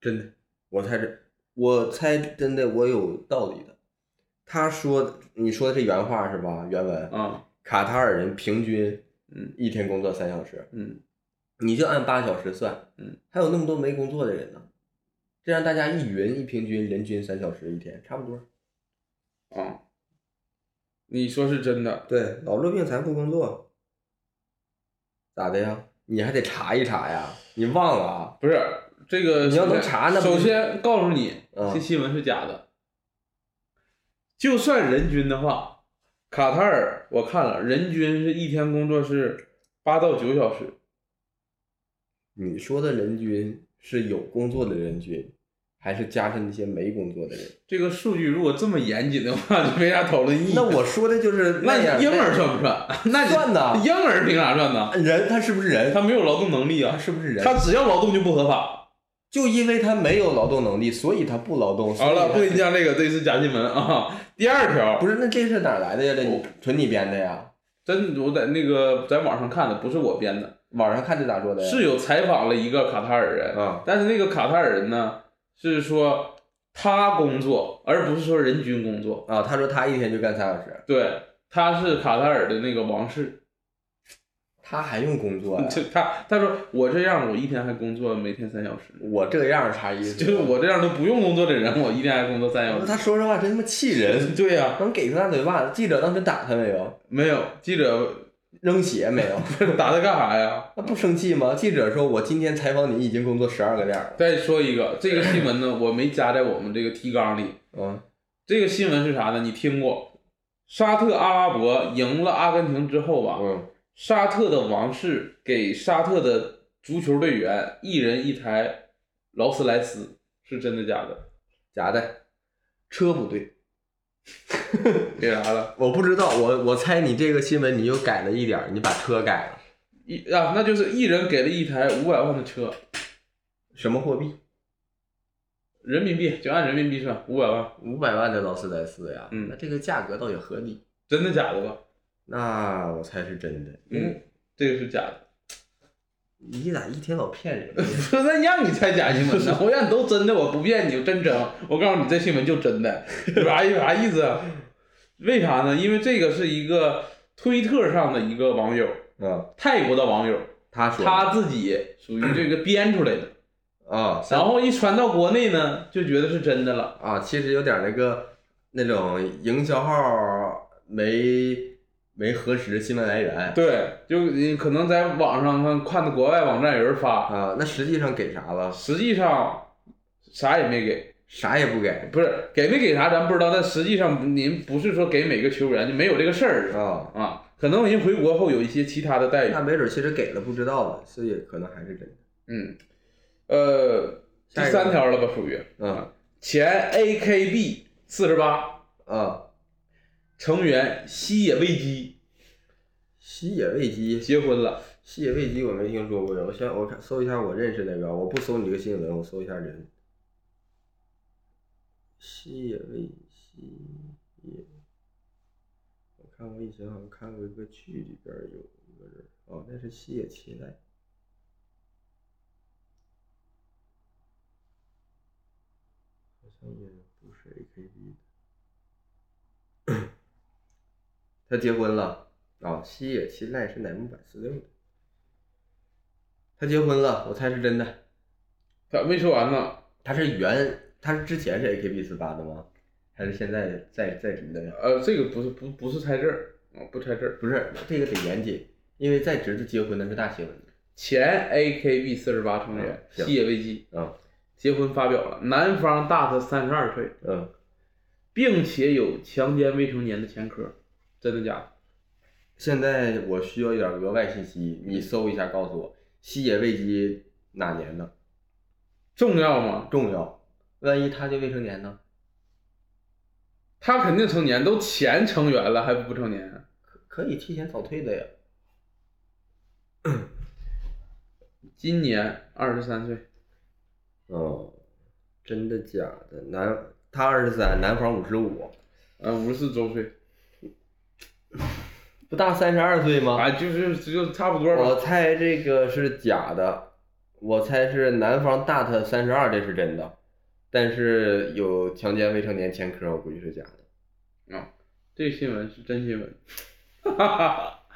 真的，我猜是，我猜真的，我有道理的。他说，你说的是原话是吧？原文，
啊，
卡塔尔人平均，
嗯
一天工作三小时，
嗯，
你就按八小时算，
嗯，
还有那么多没工作的人呢，这让大家一匀一平均，人均三小时一天，差不多。
啊，你说是真的？
对，老弱病残不工作，咋的呀？你还得查一查呀，你忘了啊？
不是这个？
你要能
首先
查那不
首
就
先告诉你，
嗯
这新闻是假的。就算人均的话，卡塔尔我看了，人均是一天工作是八到九小时，
你说的人均是有工作的人均，还是加上那些没工作的人。
这个数据如果这么严谨的话，就没啥讨论意义。
那我说的就是
那
样
婴儿算不算？ 那你
算呐
婴儿凭啥算呢？
人他是不是人？
他没有劳动能力啊
他，是不是人？
他只要劳动就不合法。
就因为他没有劳动能力，所以他不劳动。
好了，不
所以
跟
他
你讲这个，这是假新闻啊。 第二条，
不是那这是哪来的呀？这你纯你编的呀？
真我在那个在网上看的，不是我编的，
网上看这咋说的呀？
是有采访了一个卡塔尔人，
啊，
但是那个卡塔尔人呢是说他工作，而不是说人均工作。
啊，他说他一天就干三小时，
对，他是卡塔尔的那个王室，
他还用工作呀？
就他他说我这样，我一天还工作每天三小时，
我这样儿啥意思？
就是我这样都不用工作的人，我一天还工作三小时。
他说实话真他妈气人，
对呀、
能给他大嘴巴子。记者当时打他没有？
没有记者
扔鞋没有？
打他干啥呀？
那不生气吗？记者说：“我今天采访你已经工作十二个点儿了。
再说一个，这个新闻呢，我没加在我们这个提纲里。”
嗯，
这个新闻是啥呢？你听过？沙特阿拉伯赢了阿根廷之后吧，
嗯，
沙特的王室给沙特的足球队员一人一台劳斯莱斯，是真的假的？
假的，车不对，
为啥了？
我不知道，我我猜你这个新闻你又改了一点儿，你把车改了，
一啊，那就是一人给了一台五百万的车，
什么货币？
人民币就按人民币算，五百万，
五百万的劳斯莱斯呀，
嗯
那这个价格倒也合理。
真的假的吧？
那我猜是真的，
嗯，这个是假的。
你咋一天老骗人？
那让你猜假新闻呢？我让你都真的，我不骗你，我真真。我告诉你，这新闻就真的，有啥有啥意思啊？为啥呢？因为这个是一个推特上的一个网友，
嗯，
泰国的网友，
他说
他自己属于这个编出来的，
啊
然后一传到国内呢，就觉得是真的了。
啊，其实有点那个那种营销号没没核实新闻来源
对，就你可能在网上看看到国外网站有人发，
啊，那实际上给啥了？
实际上啥也没给，
啥也不给
不是给没给啥咱不知道，但实际上您不是说给每个球员就没有这个事儿
啊，
啊，可能人回国后有一些其他的待遇
那。没准其实给了不知道了，所以可能还是真的。
嗯，呃，第
下一个
三条了吧，属于
嗯
前 AKB 四十八
啊，
成员西野未姬
西野未姬，
结婚了，
西野未姬我没听说过呀，我先我看搜一下我认识那个，我不搜你这个新闻，我搜一下人。西野未西野，我看我以前好像看过一个剧里边有一个人，哦，那是西野七濑。好像也不是 AKB 的。 他结婚了啊、西野七濑是乃木坂四六的。他结婚了，我猜是真的。
咋没说完呢？
他是原，他是之前是 AKB 四八的吗？还是现在在在职的呀？
呃，这个不是不不是猜字儿啊，不猜字儿。
不是，这个得严谨，因为在职的结婚那是大新闻
前 AKB 四十八成员
嗯行
西野未姬
嗯
结婚发表了，男方大他三十二岁，
嗯，
并且有强奸未成年的前科，真的假的？
现在我需要一点额外信息，你搜一下告诉我，西野未姬哪年的
重要吗？
重要？万一他就未成年呢？
他肯定成年，都前成员了还不成年？啊
可可以提前早退的呀。
今年二十三岁，
哦，真的假的？男他二十三，男方五十五，
呃，五十四周岁，
不大三十二岁吗？
啊，就是就差不多吧。
我猜这个是假的，我猜是男方大他三十二，这是真的，但是有强奸未成年前科，我估计是假的。
啊，这新闻是真新闻， 哈哈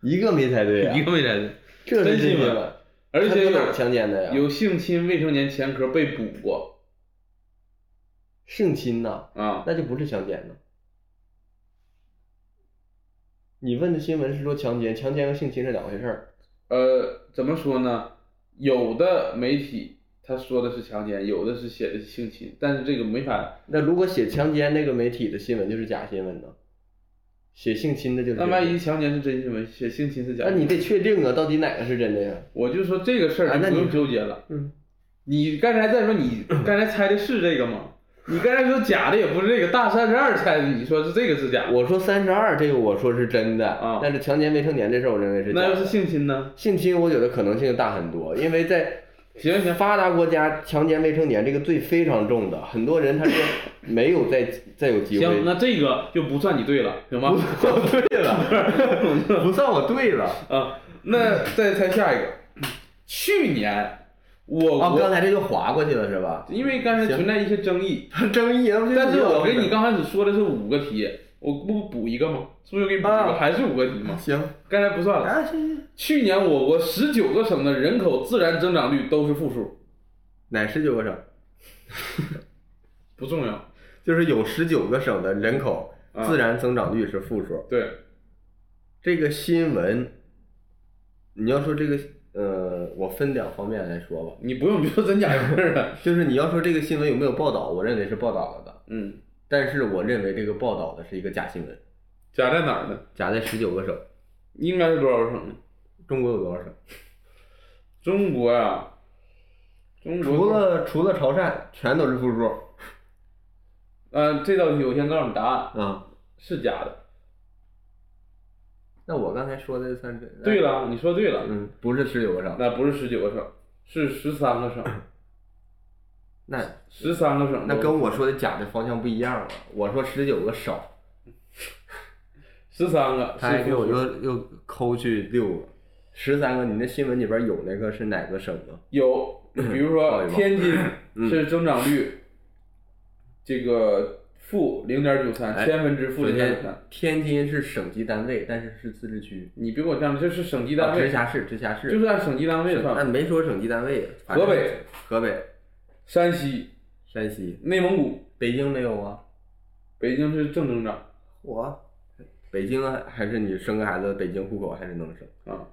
一个没猜对
哈，一个没猜对，
这是
真
新
新闻
闻，
而且
他在哪儿强
有
奸的呀？
有性侵未成年前科被捕过
性侵呐、
啊，
那就不是强奸呢。你问的新闻是说强奸，强奸和性侵是两回事儿。
呃，怎么说呢？有的媒体他说的是强奸，有的是写的是性侵，但是这个没法，
那如果写强奸那个媒体的新闻就是假新闻呢？写性侵的就是
那
真
万一
闻
强奸是真新闻，写性侵是假
那
新闻，
你得确定啊，到底哪个是真的呀？
我就说这个事儿
啊
就
那
不
你
用纠结了。
嗯，
你刚才再说 你刚才猜的是这个吗？你刚才说假的也不是这个，大三十二猜的，你说是这个是假的，
我说三十二这个我说是真的，
啊
但是强奸未成年这事儿我认为是假
那
的。
要是性侵呢？
性侵，我觉得可能性大很多，因为在
行行，
发达国家，强奸未成年这个罪非常重的，很多人他是 没有再再有机
行，
会。
那这个就不算你对了，行吗？ 嗯
对了，不算我对了。
啊，那再猜下一个。去年我
嗯哦，
国，
刚才这就划过去了是吧？
因为刚才存在一些争议，
争议，啊
但是我跟你刚开始说的是五个题，我不补一个吗？是不是给你补一个？
啊
还是五个题吗？
行
刚才不算了。
啊，是
去年我国十九个省的人口自然增长率都是负数，
哪十九个省？
不重要。
就是有十九个省的人口
啊
自然增长率是负数。
对，
这个新闻，你要说这个，呃，我分两方面来说吧。
你不用你说真假有事 儿了。
就是你要说这个新闻有没有报道，我认为是报道了的，
嗯，
但是我认为这个报道的是一个假新闻，
假在哪儿呢？
假在十九个省。
应该是多少个省呢？
中国有多少省？
中国呀、中国
除了除了潮汕，全都是负数。
嗯、这道题我先告诉你答案
啊、
是假的。
那我刚才说的算是
对，了，你说对了，
嗯，不是十九个省，
那不是十九个省，是十三个省，
那
十三个省都。
嗯那跟我说的假的方向不一样了。我说十九个省，
十三个，
他还
是
给我
负数
又又抠去六个，十三个。你那新闻里边有那个是哪个省吗？
有，
嗯
比如
不好
说
意思
天
嗯
津是增长率，这个负零点九三，
哎
千分之负
首
零点九
先
三。，
天津是省级单位，但是是自治区，
你别给我这样，这是省级单
啊，直
位，
辖市，直辖市。
就是按省级单位
那
算。
没说省级单位，啊反
河
正
北、
河北、
山西、
山西、
内蒙古、
北京没有啊？
北京是正增长
我，北京还是你生个孩子，北京户口还是能生。
啊，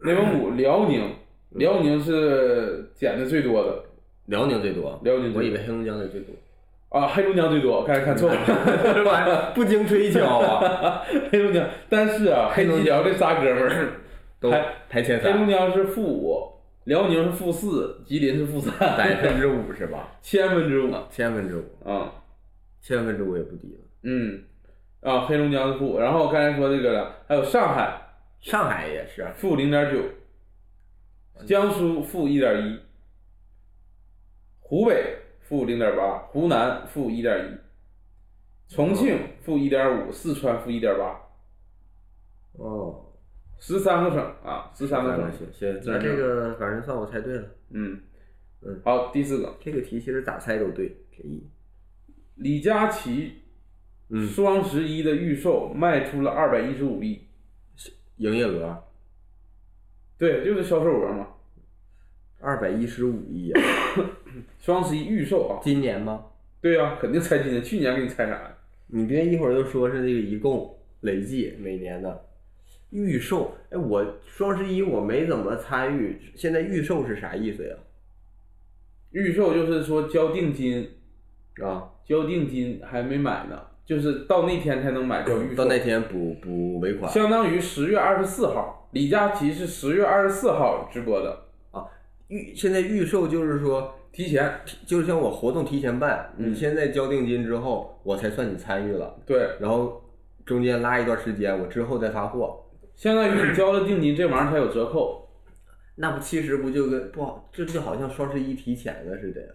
内蒙 古、辽宁，辽宁是减的最多的
辽宁最多，
辽宁最多
我以为黑龙江的最 多，
啊，黑龙江最多，看看错了，
这玩意儿不经吹箫啊，
黑龙江。但是啊，黑
黑龙
吉辽这仨哥们 儿，
都
还
排前
黑龙
三，
江是负五，辽宁是负四，吉林是负
百
三，
分之五是吧？
千分之五
千分之五，
啊。
千分之五也不低了。
嗯，啊，黑龙江是负，然后刚才说这个了，还有上海
上海也是，
负零点九，江苏负一点一，湖北负零点八，湖南负一点一，重庆负一点五，四川负一点八，
哦，
十三个省啊，十三个省，
行行，
自
那
然
这
正
个反正算我猜对了，
嗯
嗯
好，第四个，
这个题其实咋猜都对，便宜。
李佳琦
嗯
双十一的预售卖出了二百一十五亿，
营业额
对，就是销售额嘛，
二百一十五亿啊，
双十一预售啊，
今年吗？
对呀、肯定猜今年，去年给你猜啥呀？
你别一会儿又说是这个一共累计每年的预售，哎，我双十一我没怎么参与，现在预售是啥意思呀？
预售就是说交定金，
啊，
交定金还没买呢，就是到那天才能买叫预售。
到那天补补尾款
相当于十月二十四号，李佳琦是十月二十四号直播的，
预，现在预售就是说，
提前。
就是像我活动提前办，
嗯
你现在交定金之后，我才算你参与了，
对，
然后中间拉一段时间，我之后再发货，
相当于你交了定金，这玩意儿才有折扣。
那不其实不就跟不好，这就好像双十一提前了似的呀。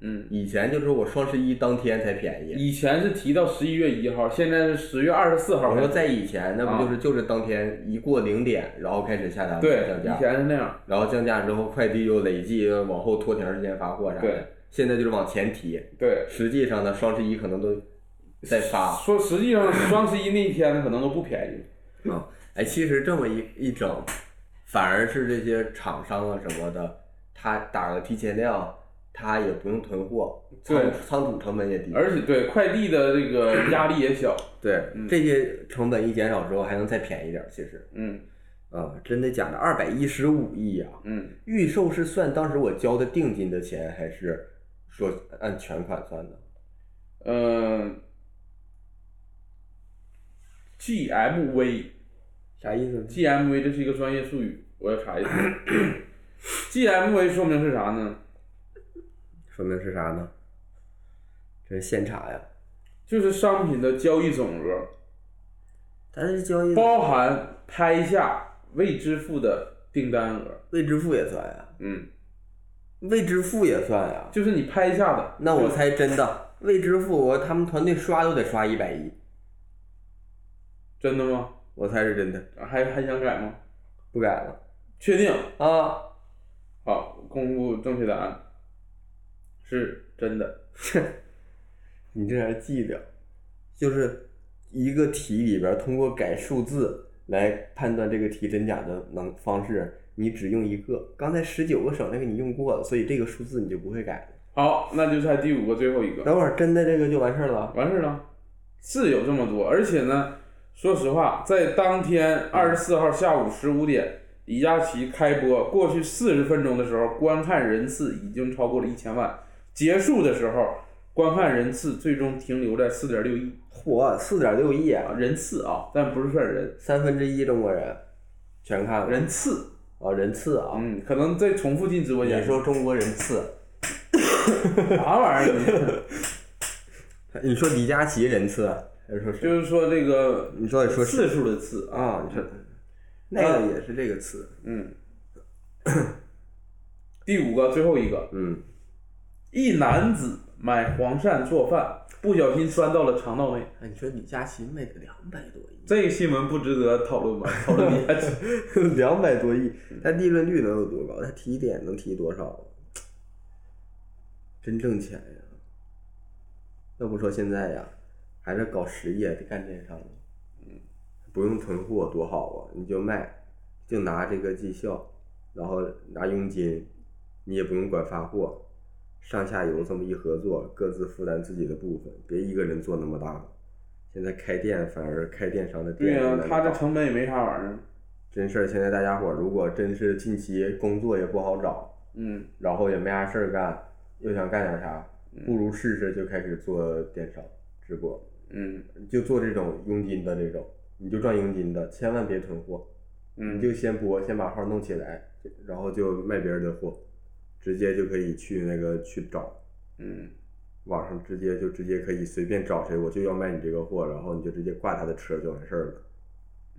嗯，
以前就是我双十一当天才便宜，
以前是提到十一月一号，现在是十月二十四号。
我说在以前，那不就是就是当天一过零点，然后开始下单
嗯对，
降
以
价，
前是那样。
然后降价之后快递又累计往后拖挺长时间发货啥
对
的。现在就是往前提，
对，
实际上呢，双十一可能都在发
说实际上双十一那天可能都不便宜。
啊。哎，其实这么一一整，反而是这些厂商啊什么的，他打个提前量，他也不用囤货，仓
对
仓储成本也低，
而且嗯对快递的这个压力也小。
对这些成本一减少之后，还能再便宜点儿。其实
嗯
啊，真的假的？二百一十五亿啊！
嗯，
预售是算当时我交的定金的钱，还是说按全款算的？
嗯，GMV
啥意思？
GMV 这是一个专业术语，我要查一下。GMV 说明是啥呢？
说明是啥呢？这是现查呀，
就是商品的交易总额，
它这交易
包含拍下未支付的订单额。
未支付也算呀，
嗯，
未支付也算呀。
就是你拍下的。
那我猜真的未支付，我他们团队刷都得刷一百亿，
真的吗？
我猜是真的，
还还想改吗？
不改了
确定。
啊！
好，公布正确答案，是真的。
你这还记得，就是一个题里边通过改数字来判断这个题真假的能方式，你只用一个。刚才十九个省那个你用过了，所以这个数字你就不会改了。
好，那就猜第五个最后一个。
等会儿真的这个就完事儿了。
完事儿了，是有这么多，而且呢，说实话，在当天二十四号下午十五点，李佳琦开播过去四十分钟的时候，观看人次已经超过了一千万，结束的时候，观看人次最终停留在四点六亿
嚯，四点六亿，
啊人次啊，但不是算人
三分之一中国人全看了
人次，
啊，人次啊，
嗯，可能再重复进直播
也
间
说中国人次。
啥玩意儿？
你说李佳琦人次，还是说？
你就是是说这个
你到底说
次数的次啊，
啊？你说那个也是这个词，
嗯， 第五个最后一个，
嗯，
一男子买黄鳝做饭，不小心钻到了肠道内。
哎，你说李佳琦卖了两百多亿，
这个新闻不值得讨论吧？讨论一 下去。
两百多亿，他利润率能有多高？他提点能提多少？真挣钱呀！要不说现在呀，还是搞实业干电商，嗯，不用囤货多好啊！你就卖，就拿这个绩效，然后拿佣金，你也不用管发货，上下游这么一合作，各自负担自己的部分，别一个人做那么大了。现在开店反而开电商的
对
店
呀、
越来越
他这
大
成本也没啥玩意儿。
真事儿，现在大家伙儿如果真是近期工作也不好找，
嗯，
然后也没啥事儿干，又想干点啥，不如试试就开始做电商直播，
嗯
就做这种佣金的这种，你就赚佣金的，千万别囤货，你
嗯，
就先播，先把号弄起来，然后就卖别人的货，直接就可以去那个去找，
嗯
网上直接就直接可以随便找谁，我就要卖你这个货，然后你就直接挂他的车就完事儿了。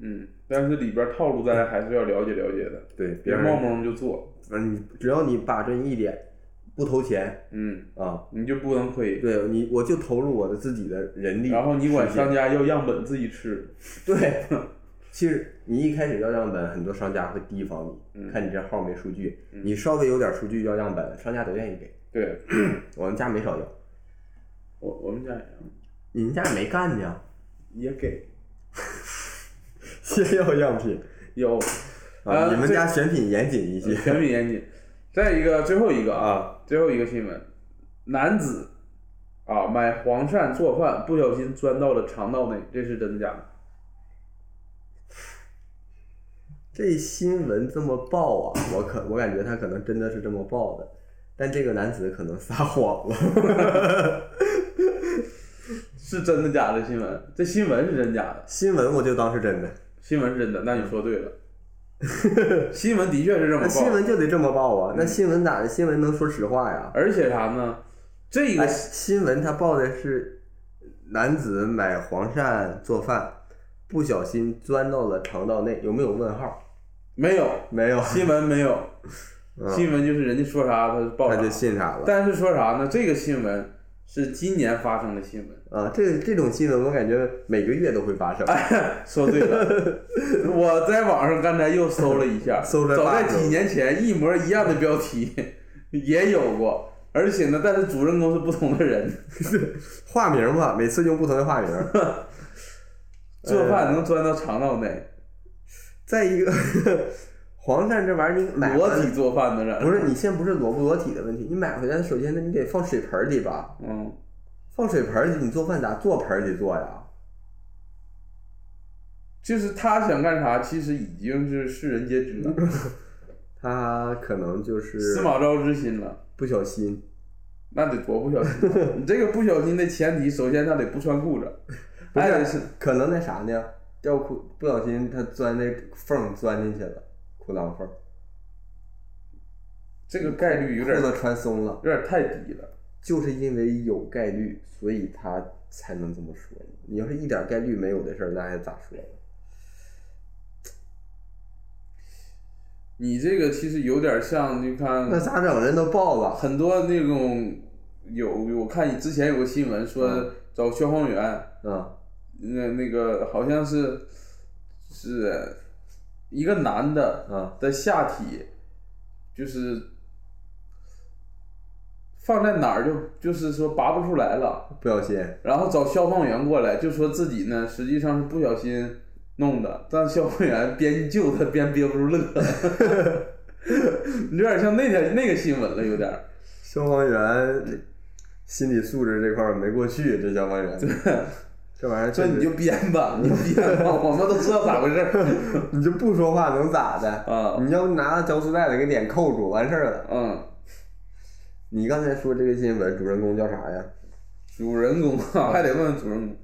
嗯，但是里边套路大家还是要了解了解的，
对，别
别
人
冒，蒙就做。
反正你只要你把准一点，不投钱
嗯，
啊。
你就不能亏。
对你，我就投入我的自己的人力。
然后你管商家要样本自己吃。
对，其实你一开始要样本，很多商家会提防你，
嗯
看你这号没数据，你稍微有点数据要样本，商家都愿意给。
对，
我们家没少要，
我我们家也
你们家也没干呢，
也给
先要样 品
有
啊，
呃
你们
这
家选品严谨一些
全民严谨。再一个，最后一个啊，
啊。
最后一个新闻，男子啊买黄鳝做饭，不小心钻到了肠道内，这是真的假的？
这新闻这么爆啊，我可我感觉他可能真的是这么爆的，但这个男子可能撒谎了。
是真的假的新闻？这新闻是真假的？
新闻我就当是真的，
新闻是真的，那你说对了。新闻的确是这么
那
嗯
新
报，
闻就得这么报啊，那新闻咋的？新闻能说实话呀？
而且啥呢？这个
哎，新闻他报的是男子买黄鳝做饭，不小心钻到了肠道内，有没有问号？
没有
没有，啊
新闻没有，新闻就是人家说啥他就报
嗯他
啥
就。信啥了
但是说啥呢？这个新闻是今年发生的新闻。
啊！这这种新闻我感觉每个月都会 发生。
说对 了，我在网上刚才又搜了一下，
搜了
早在
八个
几年前一模一样的标题也有过，而且呢，但是主人公是不同的人，
化名嘛，每次用不同的 化名。呃
做饭能钻到肠道内，
再一个， 黄鳝这玩意儿你买
裸
回
体
来
做饭的人
不是你先不是裸不裸体的问题，你买回来首先你得放水盆里吧？
嗯，
放水盆里你做饭咋坐盆里做呀？
就是他想干啥，其实已经是世人 皆知了，
他可能就是
司马昭之心了。
不小心。
那得多不小心 啊！你这个不小心的前提，首先他得不穿裤子，
不
还得
是，可能那啥呢？掉裤不小心他钻那缝儿钻进去了，裤裆缝儿。
这个概率有点
裤子穿松了，
有点太低了。
就是因为有概率，所以他才能这么说。你要是一点概率没有的事儿，那还咋说呢？
你这个其实有点像，你看
那咋整？人都爆了，
很多那种有，我看之前有个新闻说
嗯
找消防员，
嗯
那那个好像是是一个男的
嗯
的下体，就是放在哪儿就就是说拔不出来了，
不小心，
然后找消防员过来，就说自己呢实际上是不小心弄的，但消防员边救他边憋不住乐， 你有点像那天那个新闻了，有点儿。
消防员心理素质这块儿没过去，这消防 员，这玩意儿
说
确实
你就编吧，你就编吧，我们都知道咋回事儿。
你就不说话能咋的？
啊
你要拿胶丝带子给脸扣住，完事儿了。
嗯，
你刚才说这个新闻主人公叫啥呀？
主人公啊，还得问问主人公。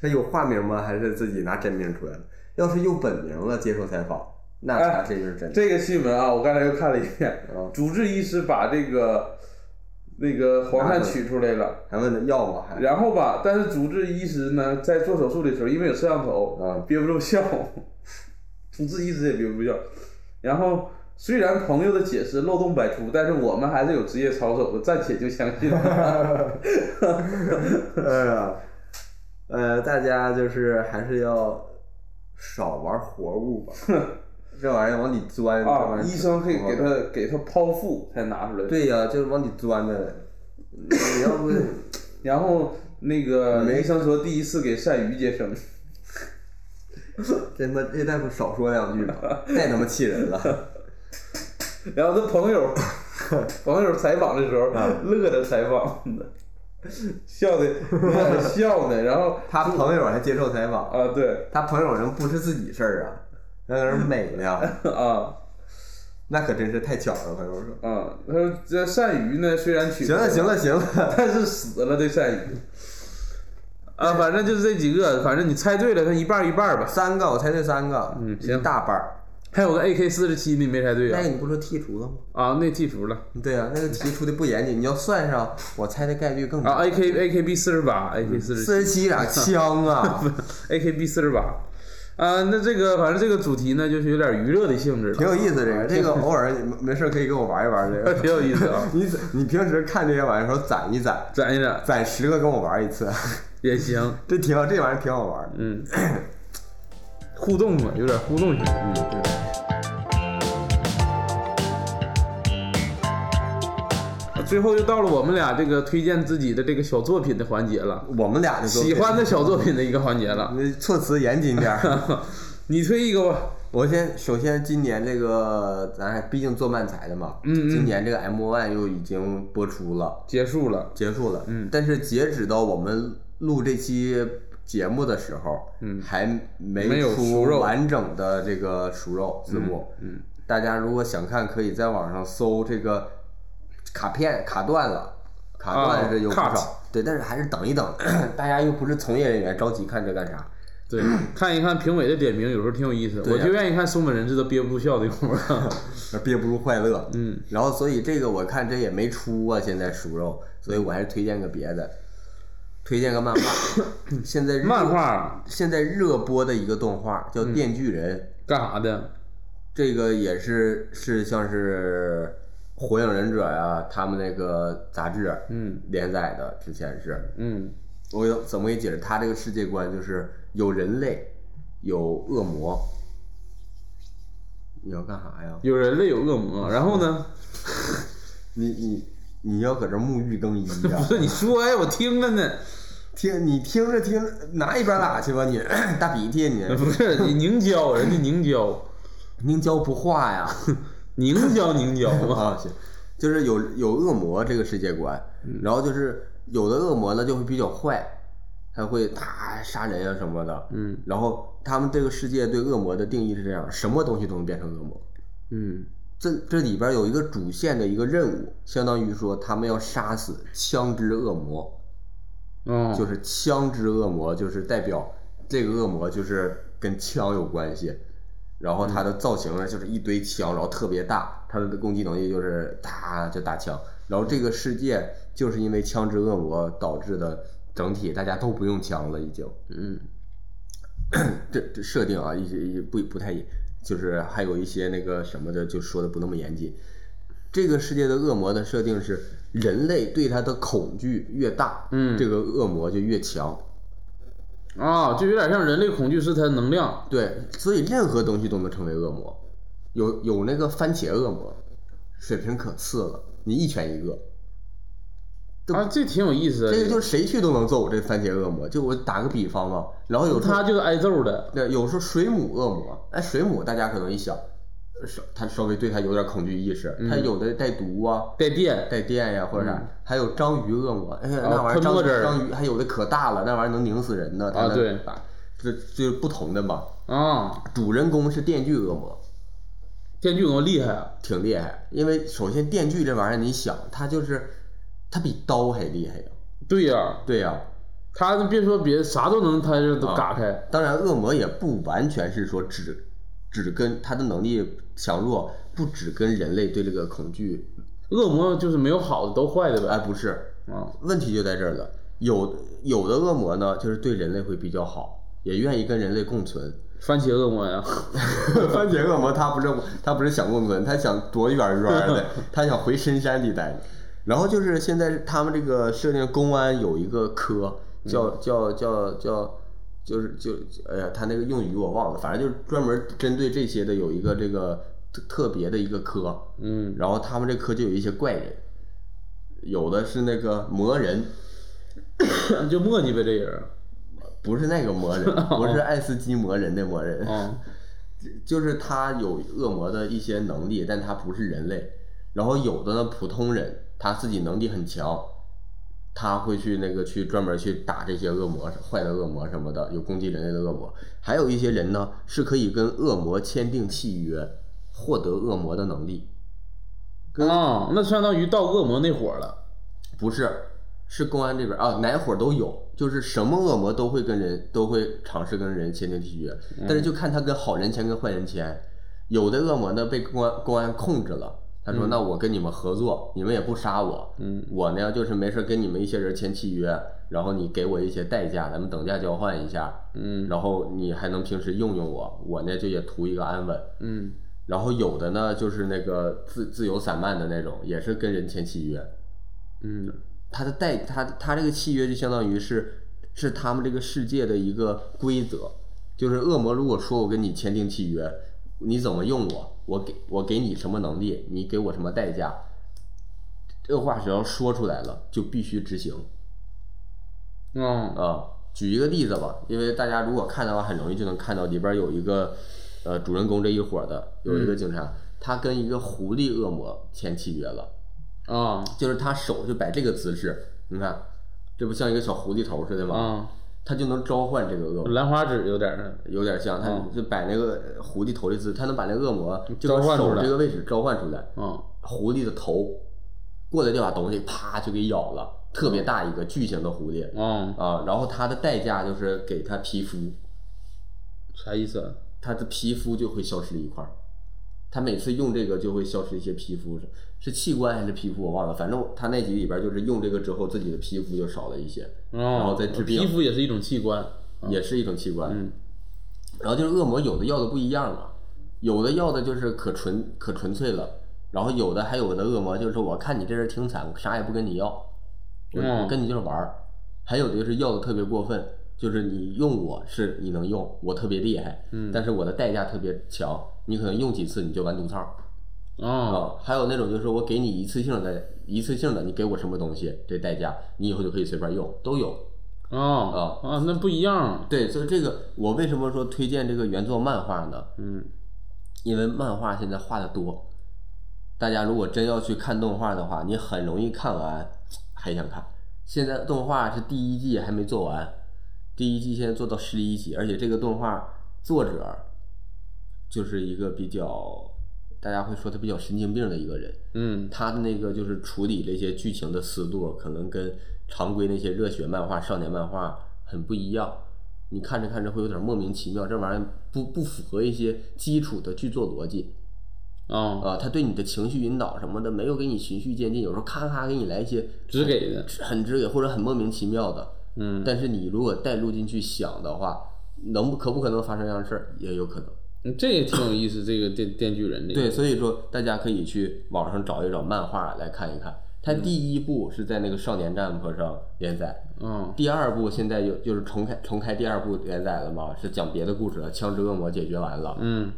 他有化名吗？还是自己拿真名出来了？要是用本名了接受采访，那查这就是真的。
哎这个新闻啊，我刚才又看了一遍，
啊，
主治医师把这个那个黄鳝取出来嗯了，
还问他要吗？还
然后吧，但是主治医师呢，在做手术的时候，因为有摄像头，
啊
憋不住笑，主治医师也憋不住笑。然后虽然朋友的解释漏洞百出，但是我们还是有职业操守的，暂且就相信了。
哎呀，呃，大家就是还是要少玩活物 吧，这玩意儿往里钻这玩
啊
意，儿
医生可以给
不好
他给他剖腹才拿出来。，
对呀、就是往里钻的。你要不
然后那个
没
医生说第一次给鳝鱼接生，
这他妈这大夫少说两句吧，太他妈气人了。
然后他 朋友朋友采访的时候
啊
乐着采访的，笑的 笑的，然后
他朋友还接受采访，
啊对
他朋友人不是自己事儿啊，那个人美呢，
啊
那可真是太巧了。朋友说，
啊，他说这鳝鱼呢虽然取
行了行
了，
了行了，
但是死了这鳝鱼。啊，反正就是这几个，反正你猜对了，它一半儿一半儿吧。
三个我猜对三个，
嗯行
一大半儿。
还有个 AK 四十七，你没猜对
那
啊？
个你不说剔除了吗？
啊，那剔除了
对啊，那个题出的不严谨，你要算上，我猜的概率更
啊。AK AKB 四十八，AK
嗯
四十七。
四十七俩枪 啊，
AKB 四十八。啊，那这个反正这个主题呢，就是有点娱乐的性质了，
挺有意思。这个，这个偶尔你没事可以跟我玩一玩。 这
挺
个，。
有意思啊
你你平时看这些玩意儿的时候攒一攒，
攒一攒
攒十个跟我玩一次，
也行，
这挺好，这玩意儿挺好玩。
嗯，互动嘛，有点互动性。嗯，对。啊最后就到了我们俩这个推荐自己的这个小作品的环节了，
我们俩的作
喜
品
欢的小作品的一个环节了。
你措辞严谨点 儿。
你推一个吧，
我先首先今年这个咱还毕竟做漫才的嘛，
嗯嗯
今年这个 M One 又已经播出了，
结束了。
结束了，
嗯
但是截止到我们录这期节目的时候，
嗯
还
没
没
有
出
熟肉
完整的这个熟肉字幕，
嗯嗯
大家如果想看，可以在网上搜这个卡片卡断了。卡断是有不少，
啊，cut
对，但是还是等一等， 大家又不是从业人员，着急看这干啥？
对，看一看评委的点评，有时候挺有意思。
对
我
呀
就愿意看松本人志都憋不住笑 的功夫。
憋不住快乐，
嗯，
然后所以这个我看这也没出啊，现在熟肉，所以我还是推荐个别的，推荐个漫 画，现在热
漫画嗯
现在热播的一个动画叫《电锯人》，
干啥的？
这个也是是像是《火影忍者、呀，他们那个杂志
嗯
连载的，之前是
嗯
我有怎么给你解释？他这个世界观就是有人类，有恶魔，你要干啥呀？
有人类有恶魔，然后呢？
你你你要搁这沐浴更衣呀、
不是你说哎，我听着呢。
听你听着听着，拿一边拉去吧你， 大鼻涕你，
不是你凝胶，人家凝胶，
凝胶不化 呀。
凝胶凝胶 嘛。
啊，行，就是有有恶魔这个世界观，
嗯
然后就是有的恶魔呢就会比较坏，他会他杀人啊什么的，
嗯
然后他们这个世界对恶魔的定义是这样，什么东西都能变成恶魔。
嗯
这这里边有一个主线的一个任务，相当于说他们要杀死枪支恶魔。
哦，
就是枪支恶魔，就是代表这个恶魔就是跟枪有关系。然后它的造型呢就是一堆枪，然后特别大，它的攻击能力就是哒就打枪。然后这个世界就是因为枪支恶魔导致的，整体大家都不用枪了，已经。
嗯，
这这设定啊，一些一不不太，就是还有一些那个什么的，就说的不那么严谨。这个世界的恶魔的设定是，人类对它的恐惧越大，
嗯
这个恶魔就越强。
啊，就有点像人类恐惧是它的能量，
对，所以任何东西都能成为恶魔。有有那个番茄恶魔，水平可次了，你一拳一个。对
啊，这挺有意思的。
这个就是谁去都能揍这番茄恶魔。就我打个比方嘛，然后有时候
他就是挨揍的，
对，有时候水母恶魔，哎，水母大家可能一想，呃稍他稍微对他有点恐惧意
嗯
识，他有的带毒啊，
带电，
带电呀、或者啥，还有章鱼恶魔，哎呀，
嗯哦
那玩意儿
喷墨
章
汁儿
章鱼还有的可大了，那玩意儿能拧死人呢。它
啊
的
对
法，这这不同的嘛。
啊，
主人公是电锯恶魔，
电锯多厉害啊！
挺厉害，因为首先电锯这玩意儿，你想，它就是它比刀还厉害呀、
对呀、
对呀、
他都别说别啥都能，他就都
啊
嘎开。
当然，恶魔也不完全是说只只跟他的能力强弱，不只跟人类对这个恐惧，
恶魔就是没有好的，都坏的
哎，
呗。
不是，
啊，
问题就在这儿了。有有的恶魔呢，就是对人类会比较好，也愿意跟人类共存。
番茄恶魔呀，
番茄恶魔他不是他不是想共存，他想躲远远的，他想回深山里待着。然后就是现在他们这个设定，公安有一个科叫叫叫叫，就是就哎呀，他那个用语我忘了，反正就是专门针对这些的有一个这个特特别的一个科。
嗯，
然后他们这科就有一些怪人，有的是那个魔人，
就磨叽呗，这人。
不是那个魔人，不是爱斯基摩人的魔人。
啊，
就是他有恶魔的一些能力，但他不是人类。然后有的呢，普通人他自己能力很强，他会去那个去专门去打这些恶魔、坏的恶魔什么的，有攻击人类的恶魔。还有一些人呢，是可以跟恶魔签订契约，获得恶魔的能力。
啊，
哦
那相当于到恶魔那伙儿了。
不是，是公安这边啊，哪伙儿都有，就是什么恶魔都会跟人都会尝试跟人签订契约，但是就看他跟好人签跟坏人签。有的恶魔呢被公安公安控制了，他说：“那我跟你们合作，你们也不杀我，
嗯，
我呢就是没事儿跟你们一些人签契约，然后你给我一些代价，咱们等价交换一下，
嗯
然后你还能平时用用我，我呢就也图一个安稳。”
嗯，
然后有的呢就是那个自自由散漫的那种，也是跟人签契约，
嗯，
他的代他他这个契约就相当于是是他们这个世界的一个规则，就是恶魔如果说我跟你签订契约，你怎么用我，我给我给你什么能力，你给我什么代价，这话只要说出来了就必须执行
啊，
啊。举一个例子吧，因为大家如果看的话，很容易就能看到里边有一个呃主人公这一伙儿的有一个警察，他跟一个狐狸恶魔签契约了。
啊，
就是他手就摆这个姿势，你看，这不像一个小狐狸头似的吗？
啊，
他就能召唤这个恶魔，
兰花指有点儿。
有点像，他就摆那个狐狸头的姿势，他能把那个恶魔就
啊召
把
唤出
手
来
这个位置召唤出来，
啊，
狐狸的头过来就把东西啪就给咬了，特别大一个巨型的狐狸
啊，
啊，然后它的代价就是给它皮肤，
啥意思啊？
它的皮肤就会消失一块儿。他每次用这个就会消失一些皮肤，是是器官还是皮肤我忘了，反正他那集里边就是用这个之后自己的皮肤就少了一些，然后再治病
哦皮肤也是一种器官。
也是一种器官。
嗯
然后就是恶魔有的要的不一样嘛，有的要的就是可纯可纯粹了，然后有的还有的恶魔就是说我看你这人挺惨，我啥也不跟你要，我
嗯
我跟你就是玩儿。还有的就是要的特别过分，就是你用我是你能用，我特别厉害，但是我的代价特别强，你可能用几次你就完犊子儿。
啊，
啊，还有那种就是我给你一次性的，一次性的，你给我什么东西，这代价你以后就可以随便用，都有。
啊
哦
啊，那不一样。
对，所以这个我为什么说推荐这个原作漫画呢？
嗯，
因为漫画现在画的多，大家如果真要去看动画的话，你很容易看完还想看。现在动画是第一季还没做完，第一季现在做到十一集，而且这个动画作者就是一个比较，大家会说他比较神经病的一个人。
嗯
他的那个就是处理这些剧情的思路，可能跟常规那些热血漫画、少年漫画很不一样。你看着看着会有点莫名其妙，这玩意儿不不符合一些基础的剧作逻辑
啊，
啊。他对你的情绪引导什么的没有给你循序渐进，有时候咔咔给你来一些
只给的，
很直给或者很莫名其妙的。
嗯，
但是你如果带入进去想的话，能不可不可能发生这样的事儿也有可能。
这也挺有意思。这个电电锯人这个，
对，所以说大家可以去网上找一找漫画来看一看。它第一部是在那个少年战坡上连载，
嗯
第二部现在又就是重开重开第二部连载了嘛，是讲别的故事了，枪支恶魔解决完了，
嗯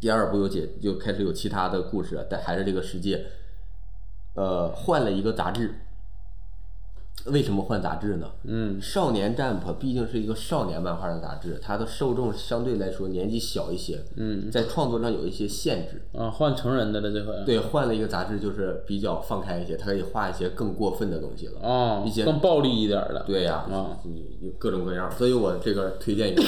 第二部又解又开始有其他的故事了，但还是这个世界，呃，换了一个杂志。为什么换杂志呢？
嗯
少年 Jump 毕竟是一个少年漫画的杂志，它的受众相对来说年纪小一些，
嗯
在创作上有一些限制。
啊，换成人的了这回，啊
对，换了一个杂志就是比较放开一些，它可以画一些更过分的东西了。
啊
以，前
更暴力一点儿的，
对呀、
啊
有有各种各样，所以我这个推荐一个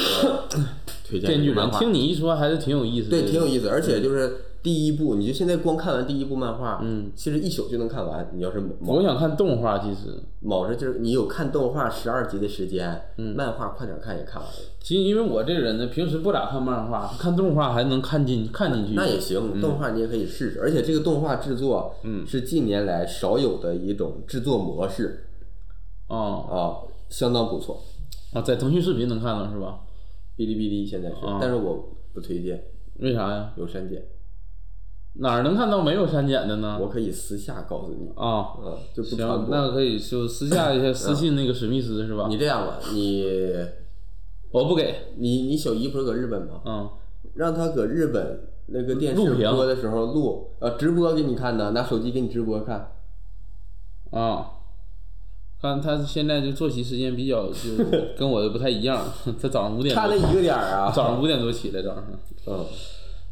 推荐
电
一
锯
个漫
人，
画，
听你一说还是挺有意思的，
对，挺有意思，而且就是第一部，你就现在光看完第一部漫画，嗯，其实一宿就能看完。你要是卯
我想看动画，其实，
卯着劲儿，你有看动画十二集的时间，
嗯
漫画快点看也看完了。
其实因为我这人呢，平时不咋看漫画，看动画还能看进看进去。
那也行，动画你也可以试试。而且这个动画制作，
嗯
是近年来少有的一种制作模式
啊
啊，相当不错。
啊，在腾讯视频能看到是吧？
哔哩哔哩现在是，
啊
但是我不推荐，
为啥呀？
有删减，
哪儿能看到没有删减的呢？
我可以私下告诉你，
啊，
嗯，就不传
行，
播。
那可以就私下一下私信那个史密斯是吧
你？这样吧，你
我不给，
你你小姨不是搁日本吗？
嗯，
让她搁日本那个电
录
视
屏
播的时候录，呃，直播给你看呢，拿手机给你直播看。
啊，看他现在就作息时间比较 就跟我的不太一样，他早上五点
看了
多，
一个点儿啊，
早上五点多起来，早上
嗯，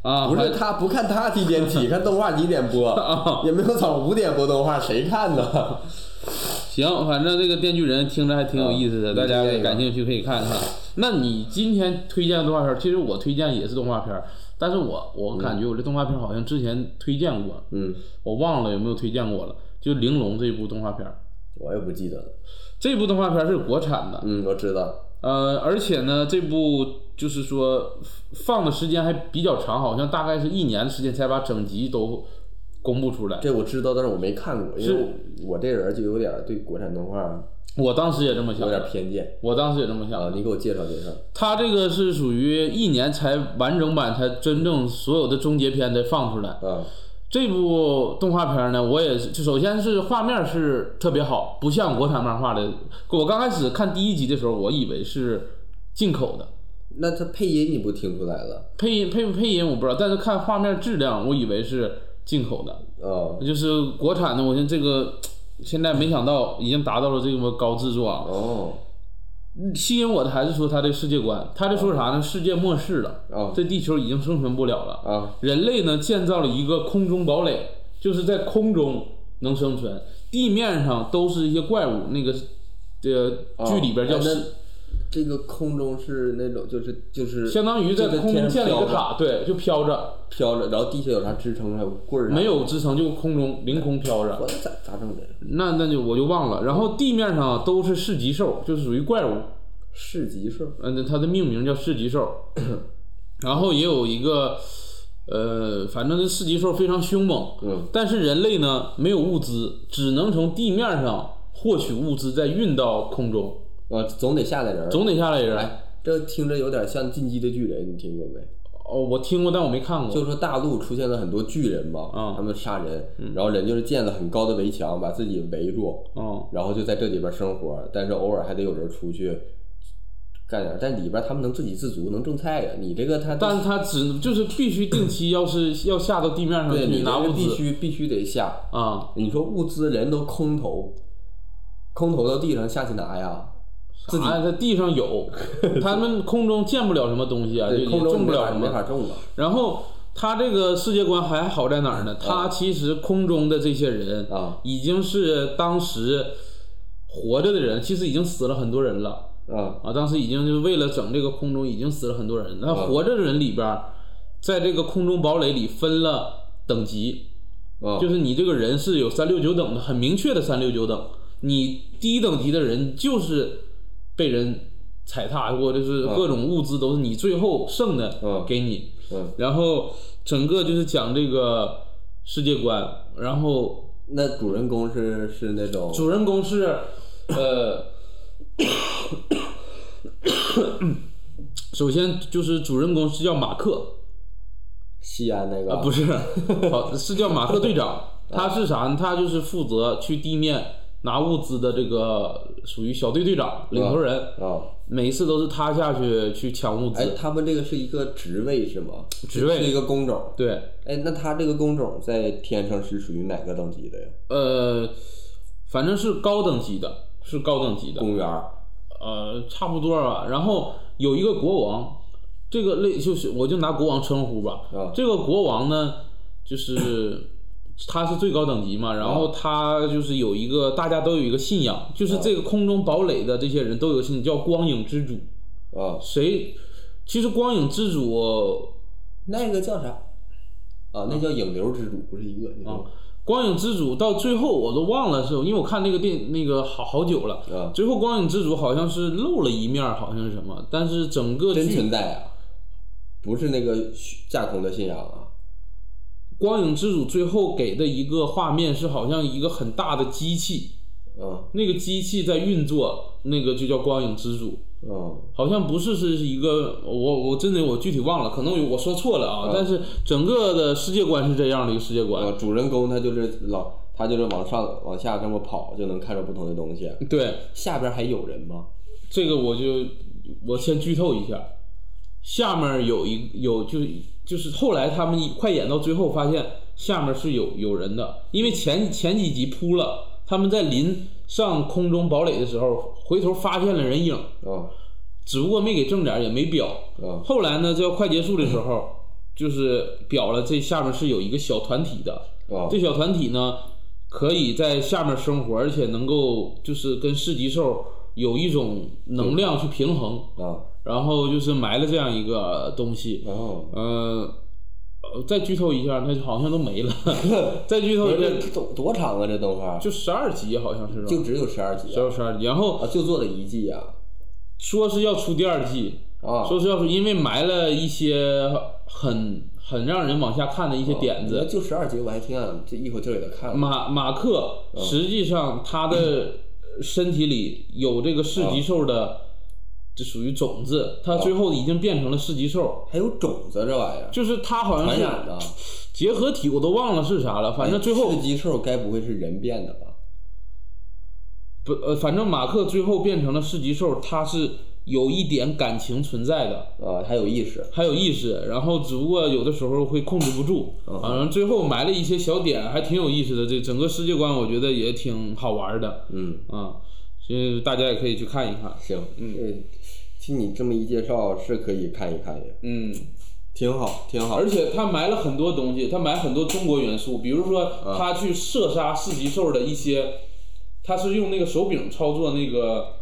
啊，
不
还
是他不看他几点起，看动画几点播，
啊
也没有早五点播动画，谁看呢？
行，反正这个电锯人听着还挺有意思的，
嗯
大家
推荐一个
感兴趣可以看看。那你今天推荐的动画片儿，其实我推荐也是动画片儿，但是我我感觉我这动画片儿好像之前推荐过，
嗯，
我忘了有没有推荐过了。就《玲珑》这部动画片儿，
我也不记得了。
这部动画片儿是国产的，
嗯，我知道。
呃，而且呢，这部就是说放的时间还比较长，好像大概是一年的时间才把整集都公布出来。
这我知道，但是我没看过，因
是
为我这人就有点儿对国产动画
我当时也这么想
有，点偏见
我当时也这么想
啊。你给我介绍介绍。
它这个是属于一年才完整版才真正所有的终结篇才放出来。
啊，
这部动画片呢，我也是，就首先是画面是特别好，不像国产漫画的。我刚开始看第一集的时候，我以为是进口的，
那他配音你不听出来了？
配音配不配音我不知道，但是看画面质量，我以为是进口的，
啊
就是国产的。我现在这个现在没想到已经达到了这么高制作啊！
哦
吸引我的还是说它的世界观，它这说啥呢？世界末世了，
哦
这地球已经生存不了了。
啊
人类呢建造了一个空中堡垒，就是在空中能生存，地面上都是一些怪物。那个呃
哦
剧里边叫
哎
是、
那这个空中是那种就是就是
相当于在
就
空中
天上
建了一个
飘着
塔，对，就飘着，
飘着，然后地下有啥支撑，还有棍儿啥的
没，有支撑，就空中凌空飘着
我。那咋咋整的？
那那就我就忘了。然后地面上啊都是市级兽，就是属于怪物。
市集是吧
嗯，它的命名叫市级兽。 然后也有一个，呃，反正这市级兽非常凶猛。
嗯。
但是人类呢，没有物资，只能从地面上获取物资，再运到空中，
啊，总得下来人儿。
总得下来人。
这听着有点像《进击的巨人》，你听过没？
哦，我听过，但我没看过。
就说大陆出现了很多巨人嘛，
嗯
他们杀人，然后人就是建了很高的围墙把自己围住，
哦，
然后就在这里边生活，但是偶尔还得有人出去干点儿，但里边他们能自给自足，能种菜呀。你这个他
但是它只就是必须定期，要是 要下到地面上
对
去
你
拿
这个
物
必
资
须必须得下，
啊，
你说物资人都空投，空投到地上下去拿呀，自己
啊，它地 上有，他们空中见不了什么东西啊，就
对
也
空中
种不
没
了
法
什
没法
么。
种了。
然后他这个世界观还好在哪儿呢？他其实空中的这些人
啊
已经是当时活着的人，其实已经死了很多人了
啊
啊。当时已经就是为了整这个空中，已经死了很多人。那活着的人里边儿，在这个空中堡垒里分了等级，
啊，
就是你这个人是有三六九等的，很明确的三六九等。你低等级的人就是被人踩踏，或者
啊
是各种物资都是你最后剩的
嗯
给你。
嗯，
然后整个就是讲这个世界观，然后
那主人公是是那种
主人公是，呃， 首先就是主人公是叫马克，
西安那个，
啊，不是，好是叫马克队长。他是啥呢？他就是负责去地面拿物资的这个属于小队队长、领头人。
啊，
每一次都是他下去去抢物
哎，
资，
他们这个是一个职位是吗？
职位
是一个工种。
对，
哎，那他这个工种在天上是属于哪个等级的呀？
呃，反正是高等级的，是高等级的，
公务员儿
呃，差不多吧。然后有一个国王，这个类就是我就拿国王称呼吧。
啊
这个国王呢，就是 他是最高等级嘛，然后
啊
他就是有一个大家都有一个信仰，就是这个空中堡垒的这些人都有个信仰，叫光影之主。
啊，
谁？其实光影之主，
那个叫啥？啊，那叫影流之主，不是一个。你说
啊光影之主到最后我都忘了是，因为我看那个电那个好好久了。
啊，
最后光影之主好像是露了一面儿，好像是什么，但是整个
真
剧
存在啊，不是那个虚架空的信仰啊。
光影之主最后给的一个画面是好像一个很大的机器，
嗯
那个机器在运作，那个就叫光影之主。
嗯
好像不是是一个我我真的我具体忘了，可能我说错了啊。但是整个的世界观是这样的一个世界观，
呃，主人公他就是老，他就是往上往下这么跑，就能看着不同的东西。
对
下边还有人吗？
这个我就我先剧透一下，下面有一有就是就是后来他们快演到最后发现下面是有有人的，因为前前几集铺了，他们在临上空中堡垒的时候回头发现了人影，
啊
只不过没给正点也没表。
啊
后来呢，这要快结束的时候，就是表了这下面是有一个小团体的，
啊
这小团体呢，可以在下面生活，而且能够就是跟市级兽有一种能量去平衡，
啊！
然后就是埋了这样一个东西。
然后
呃，呃再剧透一下，它好像都没了。 再剧透
不是
一下，
这多多长啊？这动画
就十二集好像是吧？
就只有十二集
只
啊，
有十二集，然后
啊就做了一季呀
说是要出第二季，
啊！
说是要是因为埋了一些很很让人往下看的一些点子，
啊你要就十二集，我还挺想这一口气儿给他看了。
马马克
嗯
实际上他的身体里有这个市级兽的，这属于种子，他最后已经变成了市级兽，
还有种子这玩意儿，
就是他好像
传
是
染的。啊
结合体，我都忘了是啥了，反正最后
哎吃鸡兽该不会是人变的吧？
不呃，反正马克最后变成了市级兽，他是有一点感情存在的，
啊，还有意识
还有意识，然后只不过有的时候会控制不住，
嗯
啊，然后最后埋了一些小点，还挺有意思的。这整个世界观我觉得也挺好玩的，
嗯，
啊，所以大家也可以去看一看。
行，嗯，听你这么一介绍，是可以看一看也，
嗯，
挺好，挺好。
而且他埋了很多东西，他埋很多中国元素，比如说
嗯
他去射杀四级兽的一些，他是用那个手柄操作那个，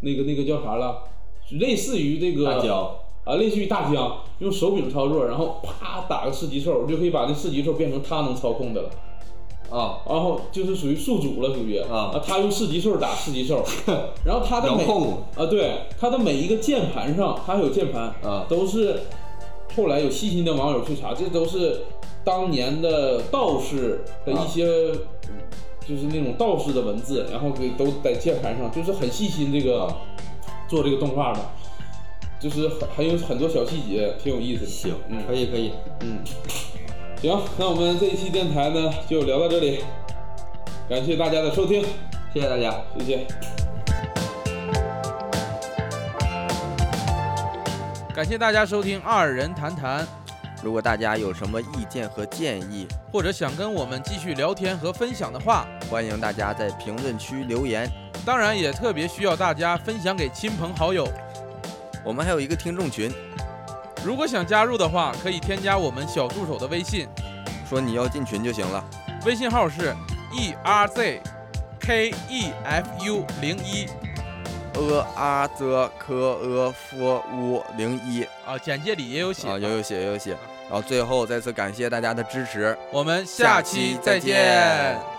那个那个叫啥了，类似于那个
辣椒，
啊，类似于大疆，用手柄操作，然后啪打个四级兽，就可以把那四级兽变成他能操控的了。
啊，
然后就是属于宿主了，属于
啊
他用四级兽打四级 兽，然后他的
遥
每
控
啊，对，它的每一个键盘上，它有键盘
啊
都是后来有细心的网友去查，这都是当年的道士的
啊
一些，就是那种道士的文字，然后给都在键盘上，就是很细心这个做这个动画的，就是很很有很多小细节，挺有意思的。
行，
嗯
可以可以，
嗯，行，那我们这一期电台呢就聊到这里，感谢大家的收听，
谢谢大家。
谢谢。
感谢大家收听《二人谈谈》，
如果大家有什么意见和建议，
或者想跟我们继续聊天和分享的话，
欢迎大家在评论区留言。
当然也特别需要大家分享给亲朋好友。
我们还有一个听众群，
如果想加入的话，可以添加我们小助手的微信，
说你要进群就行了。
微信号是 e r z k e f u 零一
呃啊则科呃 f 乌零一
啊，简介里也有写。
啊，有有写有有写。然后最后再次感谢大家的支持，
我们下期再见。